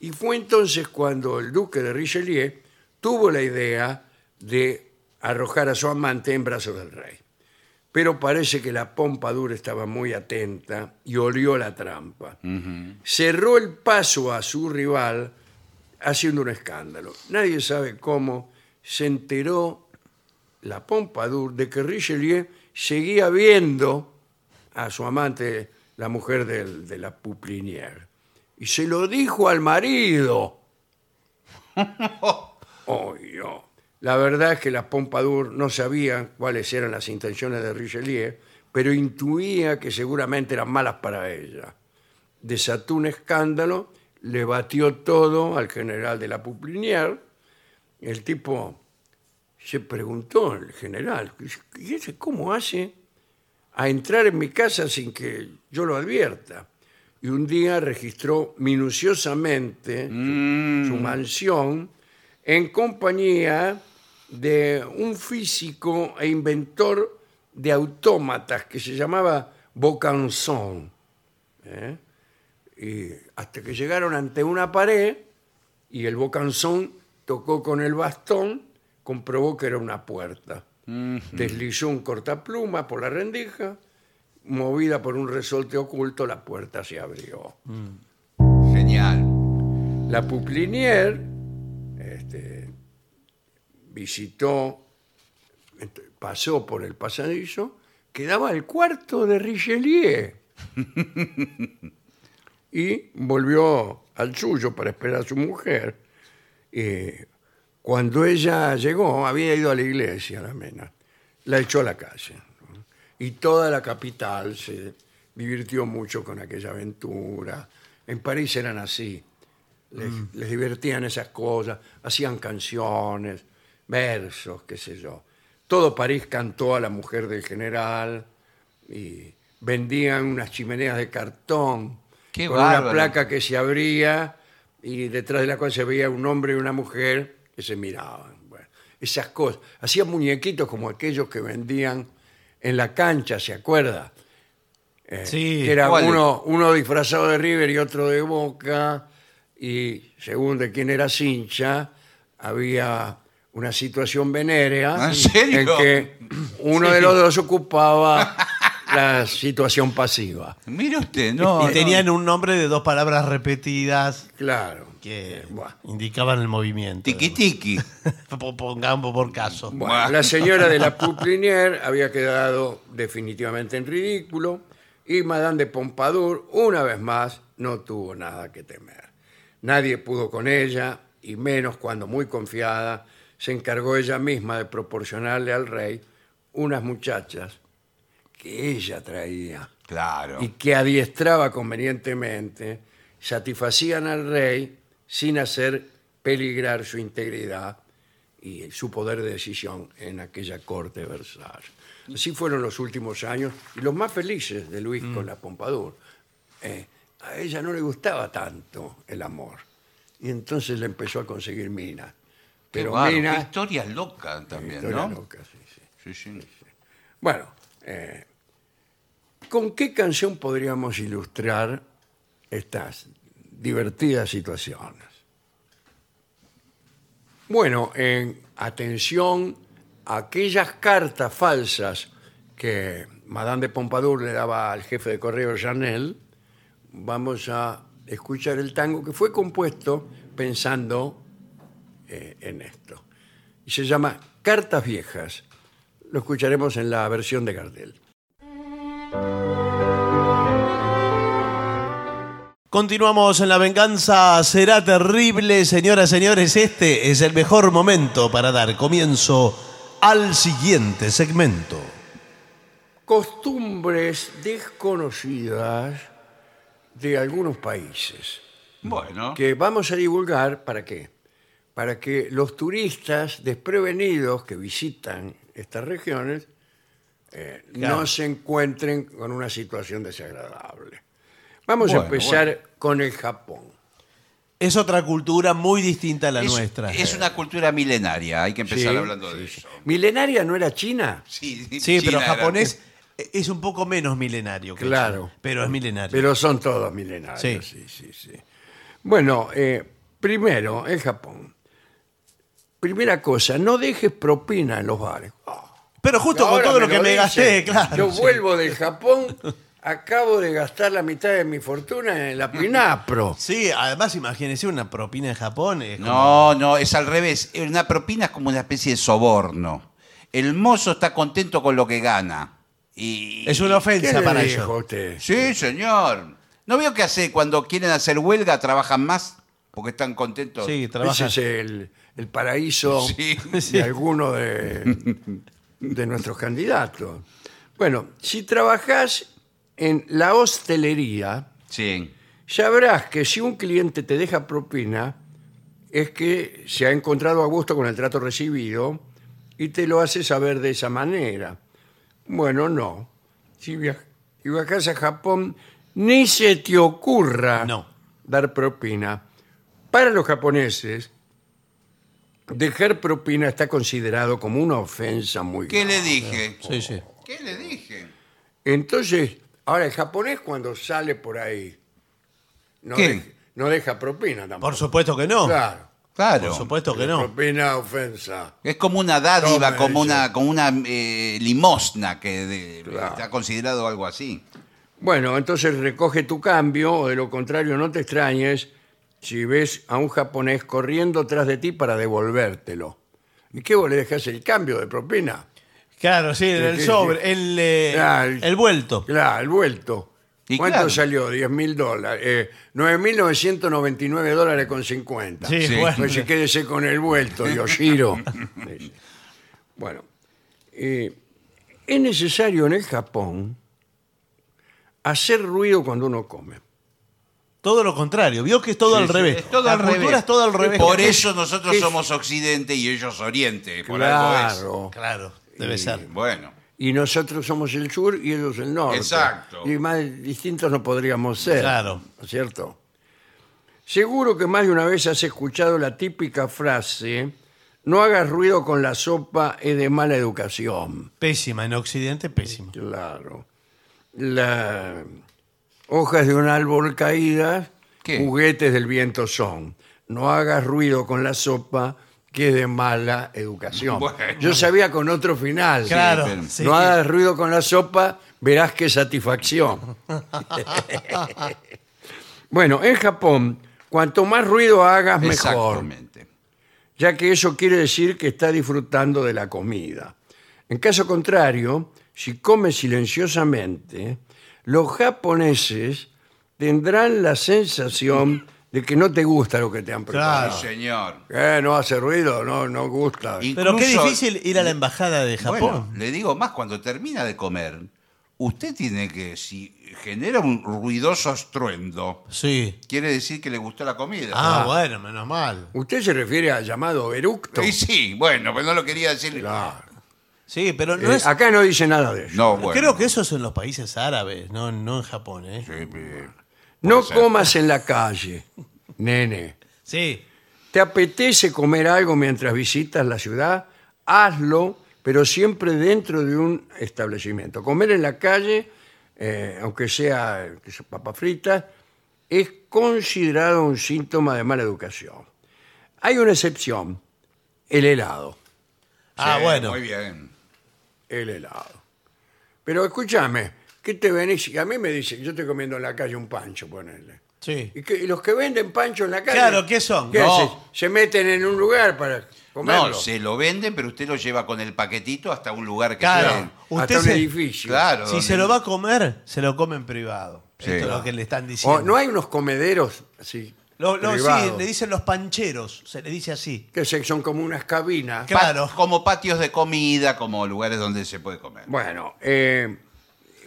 y fue entonces cuando el duque de Richelieu tuvo la idea de arrojar a su amante en brazos del rey. Pero parece que la Pompadour estaba muy atenta y olió la trampa. Cerró el paso a su rival haciendo un escándalo. Nadie sabe cómo se enteró la Pompadour de que Richelieu seguía viendo a su amante, la mujer del- de la Puplinière. Y se lo dijo al marido. Oh, yo. La verdad es que la Pompadour no sabía cuáles eran las intenciones de Richelieu, pero intuía que seguramente eran malas para ella. Desató un escándalo, le batió todo al general de la Puplinière. El tipo se preguntó el general, ¿y ese cómo hace a entrar en mi casa sin que yo lo advierta? Y un día registró minuciosamente su- su, mansión en compañía de un físico e inventor de autómatas que se llamaba Bocanson. ¿eh? Y hasta que llegaron ante una pared y el bocanzón tocó con el bastón, comprobó que era una puerta. Deslizó un cortapluma por la rendija, movida por un resorte oculto, la puerta se abrió. Genial. La Puplinier este, visitó, ent- pasó por el pasadizo, quedaba el cuarto de Richelieu. y volvió al suyo para esperar a su mujer. Eh, cuando ella llegó, había ido a la iglesia, la mena, la echó a la calle. ¿no? Y toda la capital se divirtió mucho con aquella aventura. En París eran así. Les, Mm. les divertían esas cosas, hacían canciones, versos, qué sé yo. Todo París cantó a la mujer del general y vendían unas chimeneas de cartón Qué con bárbaro. una placa que se abría y detrás de la cual se veía un hombre y una mujer que se miraban. Bueno, esas cosas. Hacían muñequitos como aquellos que vendían en la cancha, ¿se acuerda? Eh, Sí, que era ¿cuál? uno, uno disfrazado de River y otro de Boca, y según de quién era hincha, había una situación venérea ¿Ah, ¿En serio? que uno de los dos ocupaba la situación pasiva. Mire usted, no. y no. tenían un nombre de dos palabras repetidas Claro. Eh, que Bueno. indicaban el movimiento. Tiki tiki. Po- Pongamos por caso. Bueno, Bueno. la señora de la Pouplinière había quedado definitivamente en ridículo y Madame de Pompadour, una vez más, no tuvo nada que temer. Nadie pudo con ella, y menos cuando muy confiada se encargó ella misma de proporcionarle al rey unas muchachas que ella traía Claro. y que adiestraba convenientemente, satisfacían al rey sin hacer peligrar su integridad y su poder de decisión en aquella corte de Versalles. Así fueron los últimos años y los más felices de Luis Mm. con la Pompadour. Eh, a ella no le gustaba tanto el amor y entonces le empezó a conseguir minas. Qué Pero bárbaro, qué minas... historia loca también, historia ¿no? loca, sí, sí. Sí, sí. Bueno, eh, ¿con qué canción podríamos ilustrar estas divertidas situaciones? Bueno, en atención a aquellas cartas falsas que Madame de Pompadour le daba al jefe de correo Chanel, vamos a escuchar el tango que fue compuesto pensando eh, en esto. Y se llama Cartas Viejas. Lo escucharemos en la versión de Gardel. Continuamos en la venganza, será terrible, señoras, señores. Este es el mejor momento para dar comienzo al siguiente segmento. Costumbres desconocidas de algunos países Bueno. que vamos a divulgar para qué? Para que los turistas desprevenidos que visitan estas regiones eh, no Claro. se encuentren con una situación desagradable. Vamos a Bueno, empezar con el Japón. Es otra cultura muy distinta a la es, nuestra. es una cultura milenaria, hay que empezar Sí, hablando de sí, sí. eso. ¿Milenaria no era China? Sí, Sí, pero China era- japonés es un poco menos milenario. que Claro. China, pero es milenario. Pero son todos milenarios. Sí, sí, Sí. sí. Bueno, eh, primero, en Japón. Primera cosa, no dejes propina en los bares. Pero justo con Ahora todo lo que me dicen. gasté, claro. Yo sí. vuelvo del Japón, acabo de gastar la mitad de mi fortuna en la Pinapro. Sí, además imagínese una propina en Japón. es como- No, no, es al revés. Una propina es como una especie de soborno. El mozo está contento con lo que gana. Y, Es una ¿Qué ofensa le para dijo a ellos. usted? Sí, señor. ¿No veo qué hace cuando quieren hacer huelga? ¿Trabajan más? Porque están contentos. Sí, Ese trabaja. es el, el paraíso Sí. de alguno de, de nuestros candidatos. Bueno, si trabajás en la hostelería, Sí. sabrás que si un cliente te deja propina, es que se ha encontrado a gusto con el trato recibido y te lo hace saber de esa manera. Bueno, no. Si, viaj- si viajas a Japón, ni se te ocurra No. dar propina. Para los japoneses, dejar propina está considerado como una ofensa muy ¿Qué grave. le dije? Sí, sí. ¿Qué le dije? Entonces, ahora el japonés cuando sale por ahí, no, ¿Qué? deja- no deja propina tampoco. Por supuesto que no. Claro. Claro. Por supuesto que no. Propina ofensa. Es como una dádiva, Tome, como dice. una, como una eh, limosna que de- Claro. está considerado algo así. Bueno, entonces recoge tu cambio, o de lo contrario no te extrañes si ves a un japonés corriendo tras de ti para devolvértelo. ¿Y qué vos le dejás el cambio de propina? Claro, sí, Sí, el sí, sí. sobre, el, eh, Ah, el vuelto. Claro, el vuelto. Y ¿Cuánto claro. salió? 10 mil dólares. Eh, 9.999 dólares con 50. Sí, Sí. bueno. Pues si quédese con el vuelto, Yoshiro. Dice. bueno, eh, es necesario en el Japón hacer ruido cuando uno come. Todo lo contrario. Vio que es todo al revés. Es todo la al cultura revés. es todo al revés. Por eso nosotros es- somos Occidente y ellos Oriente. Por Claro. algo Claro, debe ser. es. Bueno. Y nosotros somos el sur y ellos el norte. Exacto. Y más distintos no podríamos ser. Claro. ¿no es ¿Cierto? Seguro que más de una vez has escuchado la típica frase, no hagas ruido con la sopa, es de mala educación. Pésima, en Occidente pésima. Claro. Las hojas de un árbol caídas, ¿Qué? juguetes del viento son. No hagas ruido con la sopa, que es de mala educación. Bueno. Yo sabía con otro final. Claro, pero- sí. No hagas ruido con la sopa, verás qué satisfacción. bueno, en Japón, cuanto más ruido hagas, mejor Exactamente. ya que eso quiere decir que está disfrutando de la comida. En caso contrario, si come silenciosamente, los japoneses tendrán la sensación de que no te gusta lo que te han preparado. Sí, señor. Eh, no hace ruido, no, no gusta. Y- Pero qué Incluso- difícil ir a la embajada de Bueno, Japón. le digo más, cuando termina de comer, usted tiene que, si genera un ruidoso estruendo, Sí. quiere decir que le gustó la comida. Ah, bueno, menos mal. Usted se refiere al llamado eructo. Y sí, bueno, pero no lo quería decir. Claro. Sí, pero no Eh, es. acá no dice nada de eso. No, bueno. Creo que eso es en los países árabes, no, no en Japón, ¿eh? Sí, eh, No ser. comas en la calle, nene. Sí. ¿Te apetece comer algo mientras visitas la ciudad? Hazlo, pero siempre dentro de un establecimiento. Comer en la calle, eh, aunque sea eh, qué sé, papas fritas, es considerado un síntoma de mala educación. Hay una excepción, el helado. Ah, sí, bueno. Muy bien. El helado. Pero escúchame, ¿qué te venís? Y a mí me dicen, yo estoy comiendo en la calle un pancho, ponele. Sí. ¿Y, qué- y los que venden pancho en la calle? Claro, ¿qué son? ¿Qué No. hacen? Se meten en un lugar para comerlo. No, se lo venden, pero usted lo lleva con el paquetito hasta un lugar que Claro. sea- Hasta Usted un se- edificio. Claro. Si donde- se lo va a comer, se lo come en privado. Sí. Esto es lo que le están O, diciendo. ¿No hay unos comederos así, Lo- lo- sí, privado. le dicen los pancheros, se le dice así. Que se- son como unas cabinas. Claro. Como patios de comida, como lugares donde se puede comer. Bueno, eh,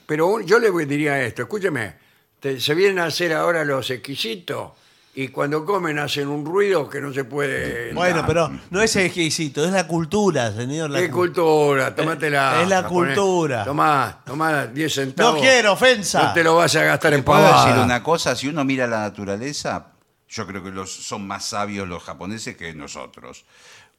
pero un- yo le diría esto, escúcheme, te- se vienen a hacer ahora los exquisitos y cuando comen hacen un ruido que no se puede... Bueno, pero no es exquisito, es la cultura, señor. la Es cu- cultura, tómatela. Es la poné- cultura. Tomá, tomá 10 centavos. No quiero ofensa. No te lo vas a gastar en ¿Puedo pavada. Ah. decir una cosa? Si uno mira la naturaleza, yo creo que los, son más sabios los japoneses que nosotros.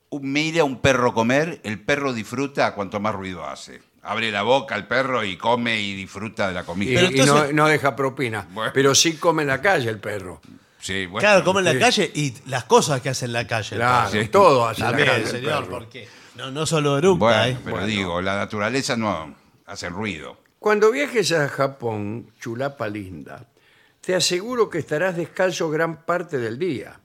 Un- Mira a un perro comer, el perro disfruta cuanto más ruido hace. Abre la boca el perro y come y disfruta de la Y, comida. Pero y entonces- no, no deja propina. Bueno. Pero sí come en la calle el perro. Sí, bueno. Claro, come en la sí. calle y las cosas que hace en la calle. Pues, Claro, Sí. todo hace en la También, calle el señor, perro. porque no, no solo eructa, Bueno, ¿eh? pero digo, la naturaleza no hace ruido. Cuando viajes a Japón, chulapa linda, te aseguro que estarás descalzo gran parte del día.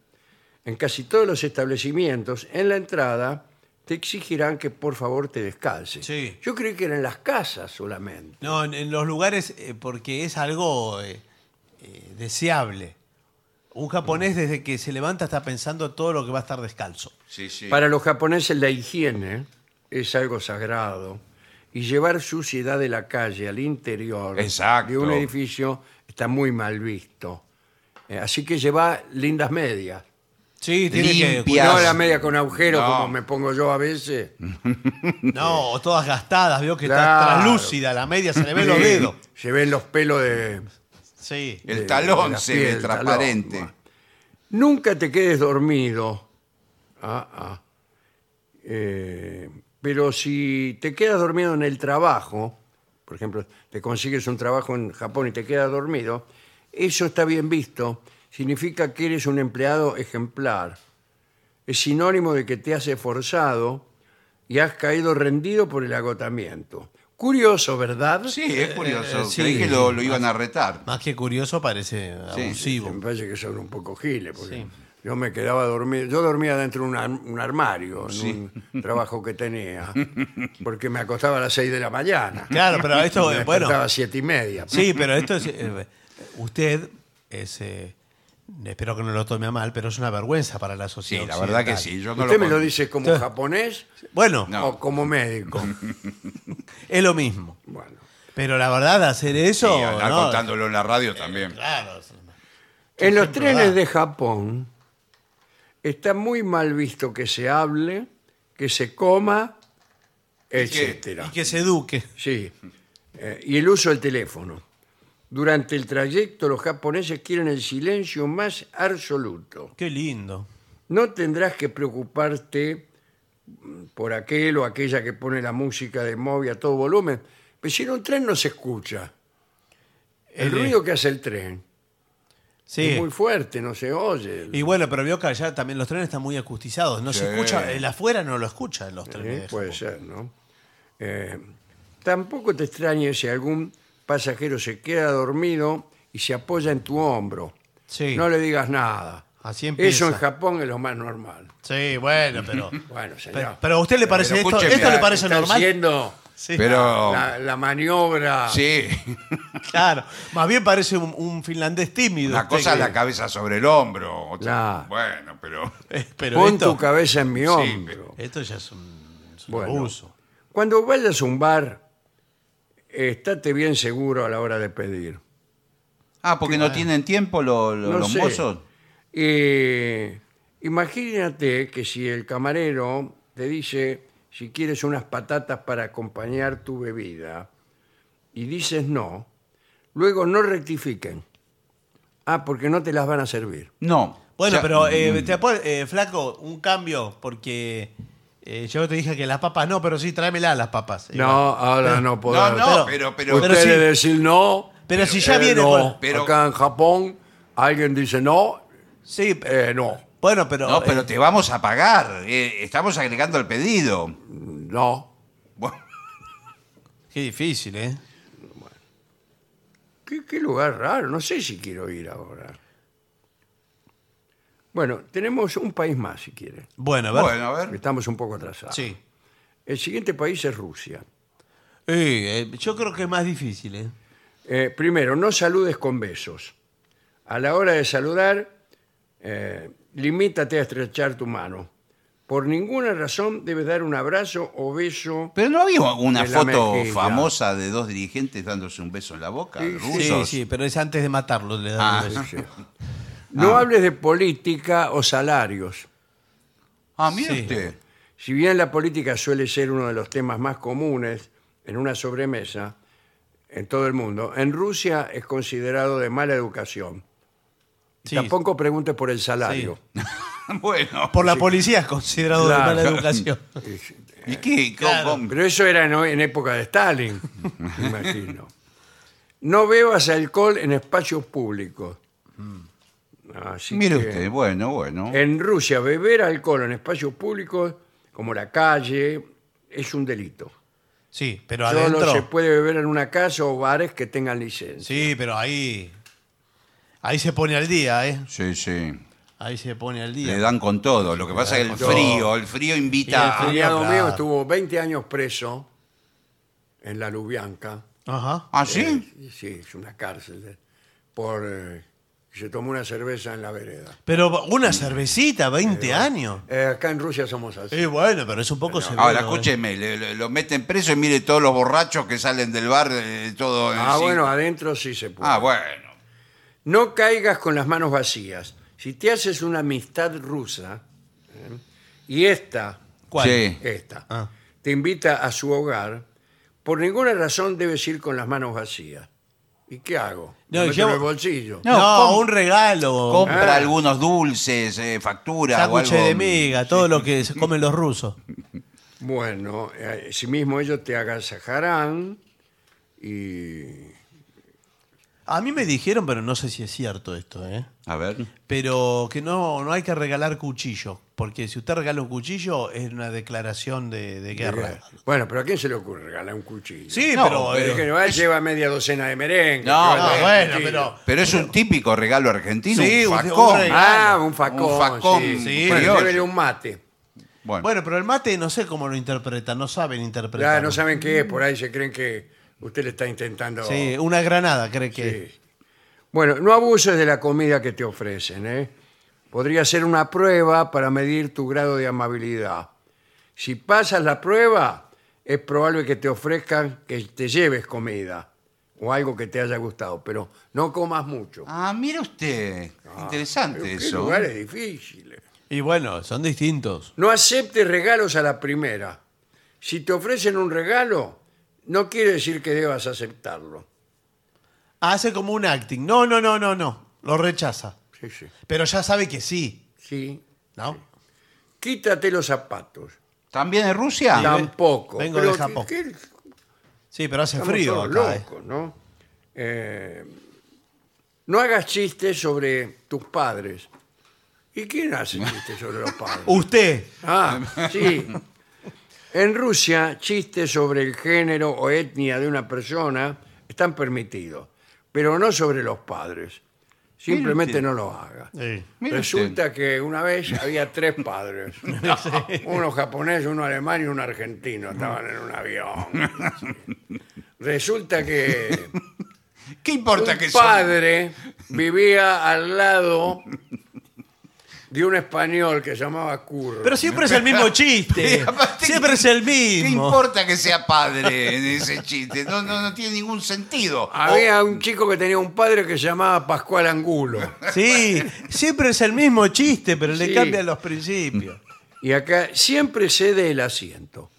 En casi todos los establecimientos, en la entrada, te exigirán que por favor te descalces. Sí. Yo creí que eran las casas solamente. No, en, en los lugares, eh, porque es algo eh, eh, deseable. Un Mm. japonés desde que se levanta está pensando todo lo que va a estar descalzo. Sí, sí. Para los japoneses la higiene es algo sagrado y llevar suciedad de la calle al interior Exacto. de un edificio está muy mal visto. Eh, Así que lleva lindas medias. Sí, tiene que- Limpias. No la media con agujeros No. como me pongo yo a veces. No, o todas gastadas, veo que Claro. está translúcida, la media se le ven los Sí, dedos. Se ven los pelos de... Sí. el de- de talón la se piel, ve el talón. transparente. Bueno. Nunca te quedes dormido. Ah, ah. Eh, pero si te quedas dormido en el trabajo, por ejemplo, te consigues un trabajo en Japón y te quedas dormido, eso está bien visto. Significa que eres un empleado ejemplar. Es sinónimo de que te has esforzado y has caído rendido por el agotamiento. Curioso, ¿verdad? Sí, es curioso. Eh, sí. Creí que lo, lo iban a retar. Más que curioso, parece abusivo. Me parece que son un poco giles, porque yo me quedaba dormido. Yo dormía dentro de un, ar- un armario, en un trabajo que tenía, porque me acostaba a las 6 de la mañana. Claro, pero esto, me eh, bueno. despertaba a 7 y media. Sí, pero esto es. eh, usted es. eh, espero que no lo tome a mal, pero es una vergüenza para la Sí, sociedad. la verdad que occidental. sí. Yo no ¿Usted me con- lo dice como Yo- japonés Bueno, No. o como médico? es lo mismo. Bueno. Pero la verdad, hacer Sí, eso. andar no, contándolo en la radio también. Claro. En los ejemplo trenes da? de Japón está muy mal visto que se hable, que se coma, etcétera. Y que se eduque. Sí. Eh, y el uso del teléfono. Durante el trayecto los japoneses quieren el silencio más absoluto. Qué lindo. No tendrás que preocuparte mm, por aquel o aquella que pone la música de móvil a todo volumen. Pero si en un tren no se escucha. El Eh, ruido que hace el tren Sí. es muy fuerte, no se oye. ¿Eh? Y bueno, pero vio que allá también los trenes están muy acustizados. No Sí. pues. se escucha, el afuera no lo escuchan los trenes. Eh, de Puede Japón. ser, ¿no? Eh, tampoco te extrañe si algún pasajero se queda dormido y se apoya en tu hombro. Sí. No le digas nada. Así Eso empieza. en Japón es lo más normal. Sí, bueno, pero. Bueno, señor. pero, pero a usted le parece Pero esto. escúcheme, ¿Esto le parece Está normal? haciendo Sí, Pero. la, la maniobra. Sí, claro. Más bien parece un, un finlandés tímido. una usted cosa es que- la cabeza sobre el hombro. Claro. otra- Bueno, pero. Eh, Pero Pon esto, tu cabeza en mi hombro. pero- esto ya es un, es un Bueno. abuso. Cuando vayas a un bar, estate bien seguro a la hora de pedir. Ah, porque no tienen tiempo lo- lo- No los sé. mozos. Eh, imagínate que si el camarero te dice si quieres unas patatas para acompañar tu bebida y dices no, luego no rectifiquen. Ah, porque no te las van a servir. No. Bueno, Ya- Mm. pero eh, te apo- eh, flaco, un cambio, porque eh, yo te dije que las papas no, pero sí, tráemela las papas. no, ahora no No, podrán. no, Pero- pero. pero, Ustedes sí. decir no. Pero si ya eh, viene no. con- pero- Acá en Japón alguien dice no, Sí, pe- eh, no, bueno, pero. no, pero eh, te vamos a pagar. eh, estamos agregando el pedido. no. Bueno, qué difícil, ¿eh? Qué, qué lugar raro, no sé si quiero ir ahora. Bueno, tenemos un país más, si quiere. Bueno, a ver. bueno, a ver. Estamos un poco atrasados. Sí. El siguiente país es Rusia. Eh, eh, yo creo que es más difícil, ¿eh? Eh, primero, no saludes con besos. A la hora de saludar, eh, limítate a estrechar tu mano. Por ninguna razón debes dar un abrazo o beso. Pero no había una En la foto mejilla. famosa de dos dirigentes dándose un beso en la boca, Sí, sí. Sí, rusos. sí, pero es antes de matarlo. Le dan Ah. un beso. No hables de política o salarios. Ah, mire Sí. usted. Si bien la política suele ser uno de los temas más comunes en una sobremesa en todo el mundo, en Rusia es considerado de mala educación. Y Sí. Tampoco preguntes por el salario. Bueno. Por la policía es considerado Claro. de mala educación. ¿Y qué? ¿Cómo- Claro. cómo? Pero eso era en, en época de Stalin, imagino. No bebas alcohol en espacios públicos. Así Mire que- usted, bueno, bueno. En Rusia, beber alcohol en espacios públicos, como la calle, es un delito. Sí, pero Solo se adentro. puede beber en una casa o bares que tengan licencia. Sí, pero ahí. Ahí se pone al día, ¿eh? Sí, sí. Ahí se pone al Le día. dan con todo. Lo que pasa es que con el todo. frío, el frío invita. Un Y el frío- cuñado claro. mío estuvo 20 años preso en la Lubianca. Ajá. ¿Ah, sí? Eh, sí, es una cárcel. eh, Por eh, que se tomó una cerveza en la vereda. Pero una cervecita, 20 años. Eh, acá en Rusia somos así. Y bueno, pero es un poco seguro. Ahora, ¿eh? escúcheme, le- le- lo meten preso y mire todos los borrachos que salen del bar, eh, todo en ah, sí. bueno, adentro sí se puede. Ah, bueno. No caigas con las manos vacías. Si te haces una amistad rusa ¿eh? y esta, ¿Cuál? Sí. esta, Ah. te invita a su hogar, por ninguna razón debes ir con las manos vacías. ¿Y qué hago? No, No, yo- en el bolsillo. No, No, com- un regalo. Compra Ah. algunos dulces, eh, facturas o Sándwiches algo. de miga, todo lo que se comen los rusos. Bueno, eh, si mismo ellos te agasajarán y... A mí me dijeron, pero no sé si es cierto esto, ¿eh? A ver. Pero que no, no hay que regalar cuchillos, porque si usted regala un cuchillo es una declaración de, de guerra. Bueno, pero ¿a quién se le ocurre regalar un cuchillo? Sí, No, pero... eh, Pero es que no, lleva media docena de merengue. No, que vale no, el bueno, cuchillo. pero... Pero es un típico regalo argentino. Sí, un un- un facón. regalo. Ah, un facón. Un facón, sí, sí. Bueno, criollo. llévele un mate. Bueno, Bueno, pero el mate no sé cómo lo interpretan, no saben interpretar. Ya no saben qué es, por ahí se creen que usted le está intentando. Sí, una granada, cree que... Sí. Bueno, no abuses de la comida que te ofrecen, ¿eh? Podría ser una prueba para medir tu grado de amabilidad. Si pasas la prueba, es probable que te ofrezcan que te lleves comida o algo que te haya gustado, pero no comas mucho. Ah, mire usted. Ah, Pero Interesante qué eso. ¿eh? lugares difíciles. Y bueno, son distintos. ¿eh? No aceptes regalos a la primera. Si te ofrecen un regalo, no quiere decir que debas aceptarlo. Hace como un acting. No, no, no, no, no. Lo rechaza. Sí, sí. Pero ya sabe que sí, Sí. ¿no? Quítate los zapatos. ¿También en Rusia? Tampoco. vengo Pero de Japón. ¿qué- qué- Sí, pero hace estamos frío todos acá. ¿eh? locos, ¿no? Eh, no hagas chistes sobre tus padres. ¿Y quién hace chistes sobre los padres? Usted. Ah, sí. En Rusia, chistes sobre el género o etnia de una persona están permitidos, pero no sobre los padres. Simplemente no lo haga. Sí. Mire Resulta que una vez había tres padres. Uno japonés, uno alemán y uno argentino. Estaban en un avión. Resulta que ¿Qué importa que un sea? padre vivía al lado de un español que se llamaba Curro. Pero siempre es el mismo Y chiste. aparte, siempre es el ¿Qué mismo. importa que sea padre en ese chiste? No, no, no tiene ningún sentido. Había Oh. un chico que tenía un padre que se llamaba Pascual Angulo. Sí, siempre es el mismo chiste, pero Sí. le cambian los principios. Y acá siempre cede el asiento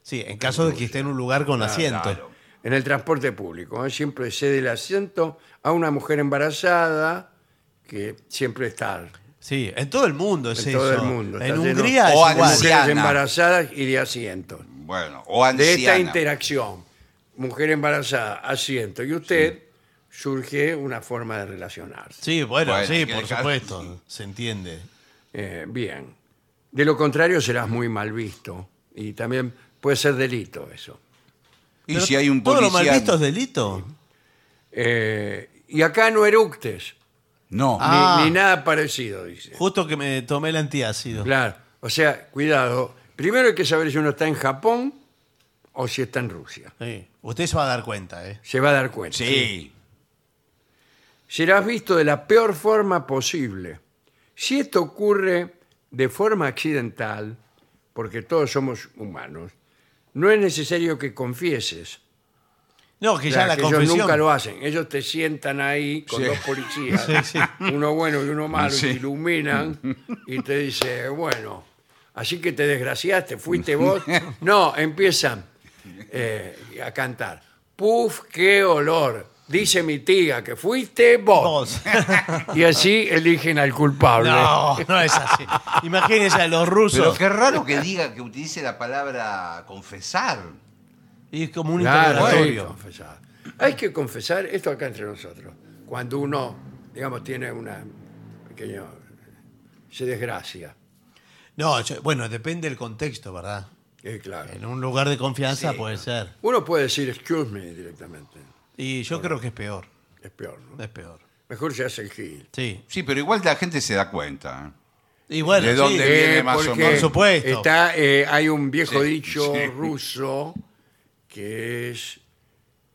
Sí, en caso de que esté en un lugar con asiento. claro. en el transporte público. ¿eh? Siempre cede el asiento a una mujer embarazada que siempre está. Sí, en todo el mundo es En eso. todo el mundo, está En lleno- Hungría o es igual. ancianos. Mujeres Anciana. embarazadas y de asiento. O- bueno, o De esta anciana. interacción, mujer embarazada, asiento y usted, surge una forma de relacionarse. Sí, bueno, Bueno, hay sí, que por dejar- supuesto. Se entiende. Eh, bien. De lo contrario serás muy mal visto y también puede ser delito eso. y Pero si hay un ¿Todo lo mal policía... visto es delito? Eh, y acá no eructes, No. ni- Ah. ni, nada parecido, dice. Justo que me tomé el antiácido. Claro, o sea, cuidado. Primero hay que saber si uno está en Japón o si está en Rusia. Sí. Usted se va a dar cuenta, ¿eh? Se va a dar cuenta. Sí. Serás visto de la peor forma posible. Si esto ocurre de forma accidental, porque todos somos humanos, no es necesario que confieses. No, que O sea, ya la que confesión. Ellos nunca lo hacen. Ellos te sientan ahí con Sí. dos policías, Sí, sí. uno bueno y uno malo, Sí. y te iluminan y te dice, bueno, así que te desgraciaste, fuiste vos. No, empiezan eh, a cantar. Puf, qué olor. Dice mi tía que fuiste vos. Vos. Y así eligen al culpable. No, no es así. Imagínense a los Pero rusos. qué raro que diga que utilice la palabra confesar. Y es como un Claro, hay que interrogatorio. confesar. Hay que confesar esto acá entre nosotros. Cuando uno, digamos, tiene una pequeño se desgracia. No, yo- bueno, depende del contexto, ¿verdad? Eh, claro. En un lugar de confianza puede ser. Uno puede decir excuse me directamente. Y yo creo que es peor. Es peor, ¿no? Es peor. Mejor se hace el gil. Sí. Sí, pero igual la gente se da cuenta. ¿eh? Y bueno, ¿De sí. dónde viene más o porque menos. Por supuesto. Está, eh, hay un viejo Sí, dicho sí. ruso que es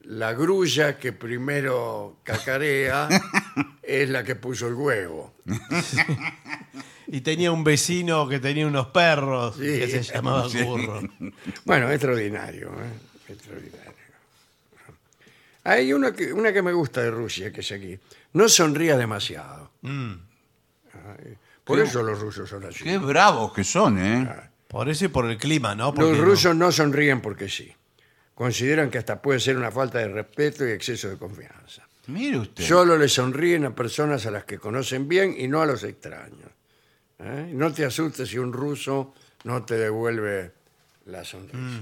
la grulla que primero cacarea es la que puso el huevo. Y tenía un vecino que tenía unos perros Sí. que se llamaba Curro. Bueno, extraordinario, ¿eh? extraordinario. Hay una que, una que me gusta de Rusia, que es aquí. No sonría demasiado. Mm. Ay, Por eso los rusos son así. Qué bravos que son, ¿eh? Por eso y por el clima, ¿no? Porque Los no- rusos no sonríen porque sí. Consideran que hasta puede ser una falta de respeto y exceso de confianza. Mire usted. Solo le sonríen a personas a las que conocen bien y no a los extraños. ¿Eh? No te asustes si un ruso no te devuelve la sonrisa.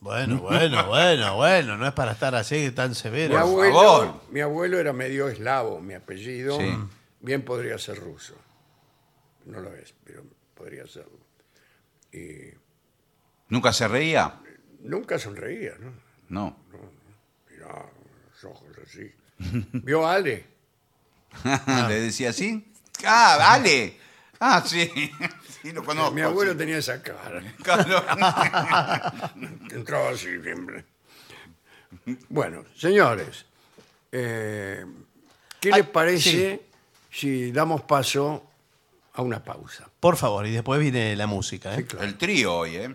Bueno, bueno, bueno, bueno. No es para estar así tan Mi severo. abuelo, favor. mi abuelo era medio eslavo, mi apellido. Sí. Bien podría ser ruso. No lo es, pero podría serlo. Y ¿Nunca se reía? nunca sonreía, ¿no? No. Mirá, los ojos así. ¿Vio a Ale? Le decía así. Ah, vale. Ah, sí. Sí, lo conozco. mi abuelo sí. tenía esa cara. Claro. Entraba así siempre. Bueno, señores, eh, ¿qué Ah, les parece si damos paso a una pausa? Por favor, y después viene la música, ¿eh? El trío hoy, ¿eh?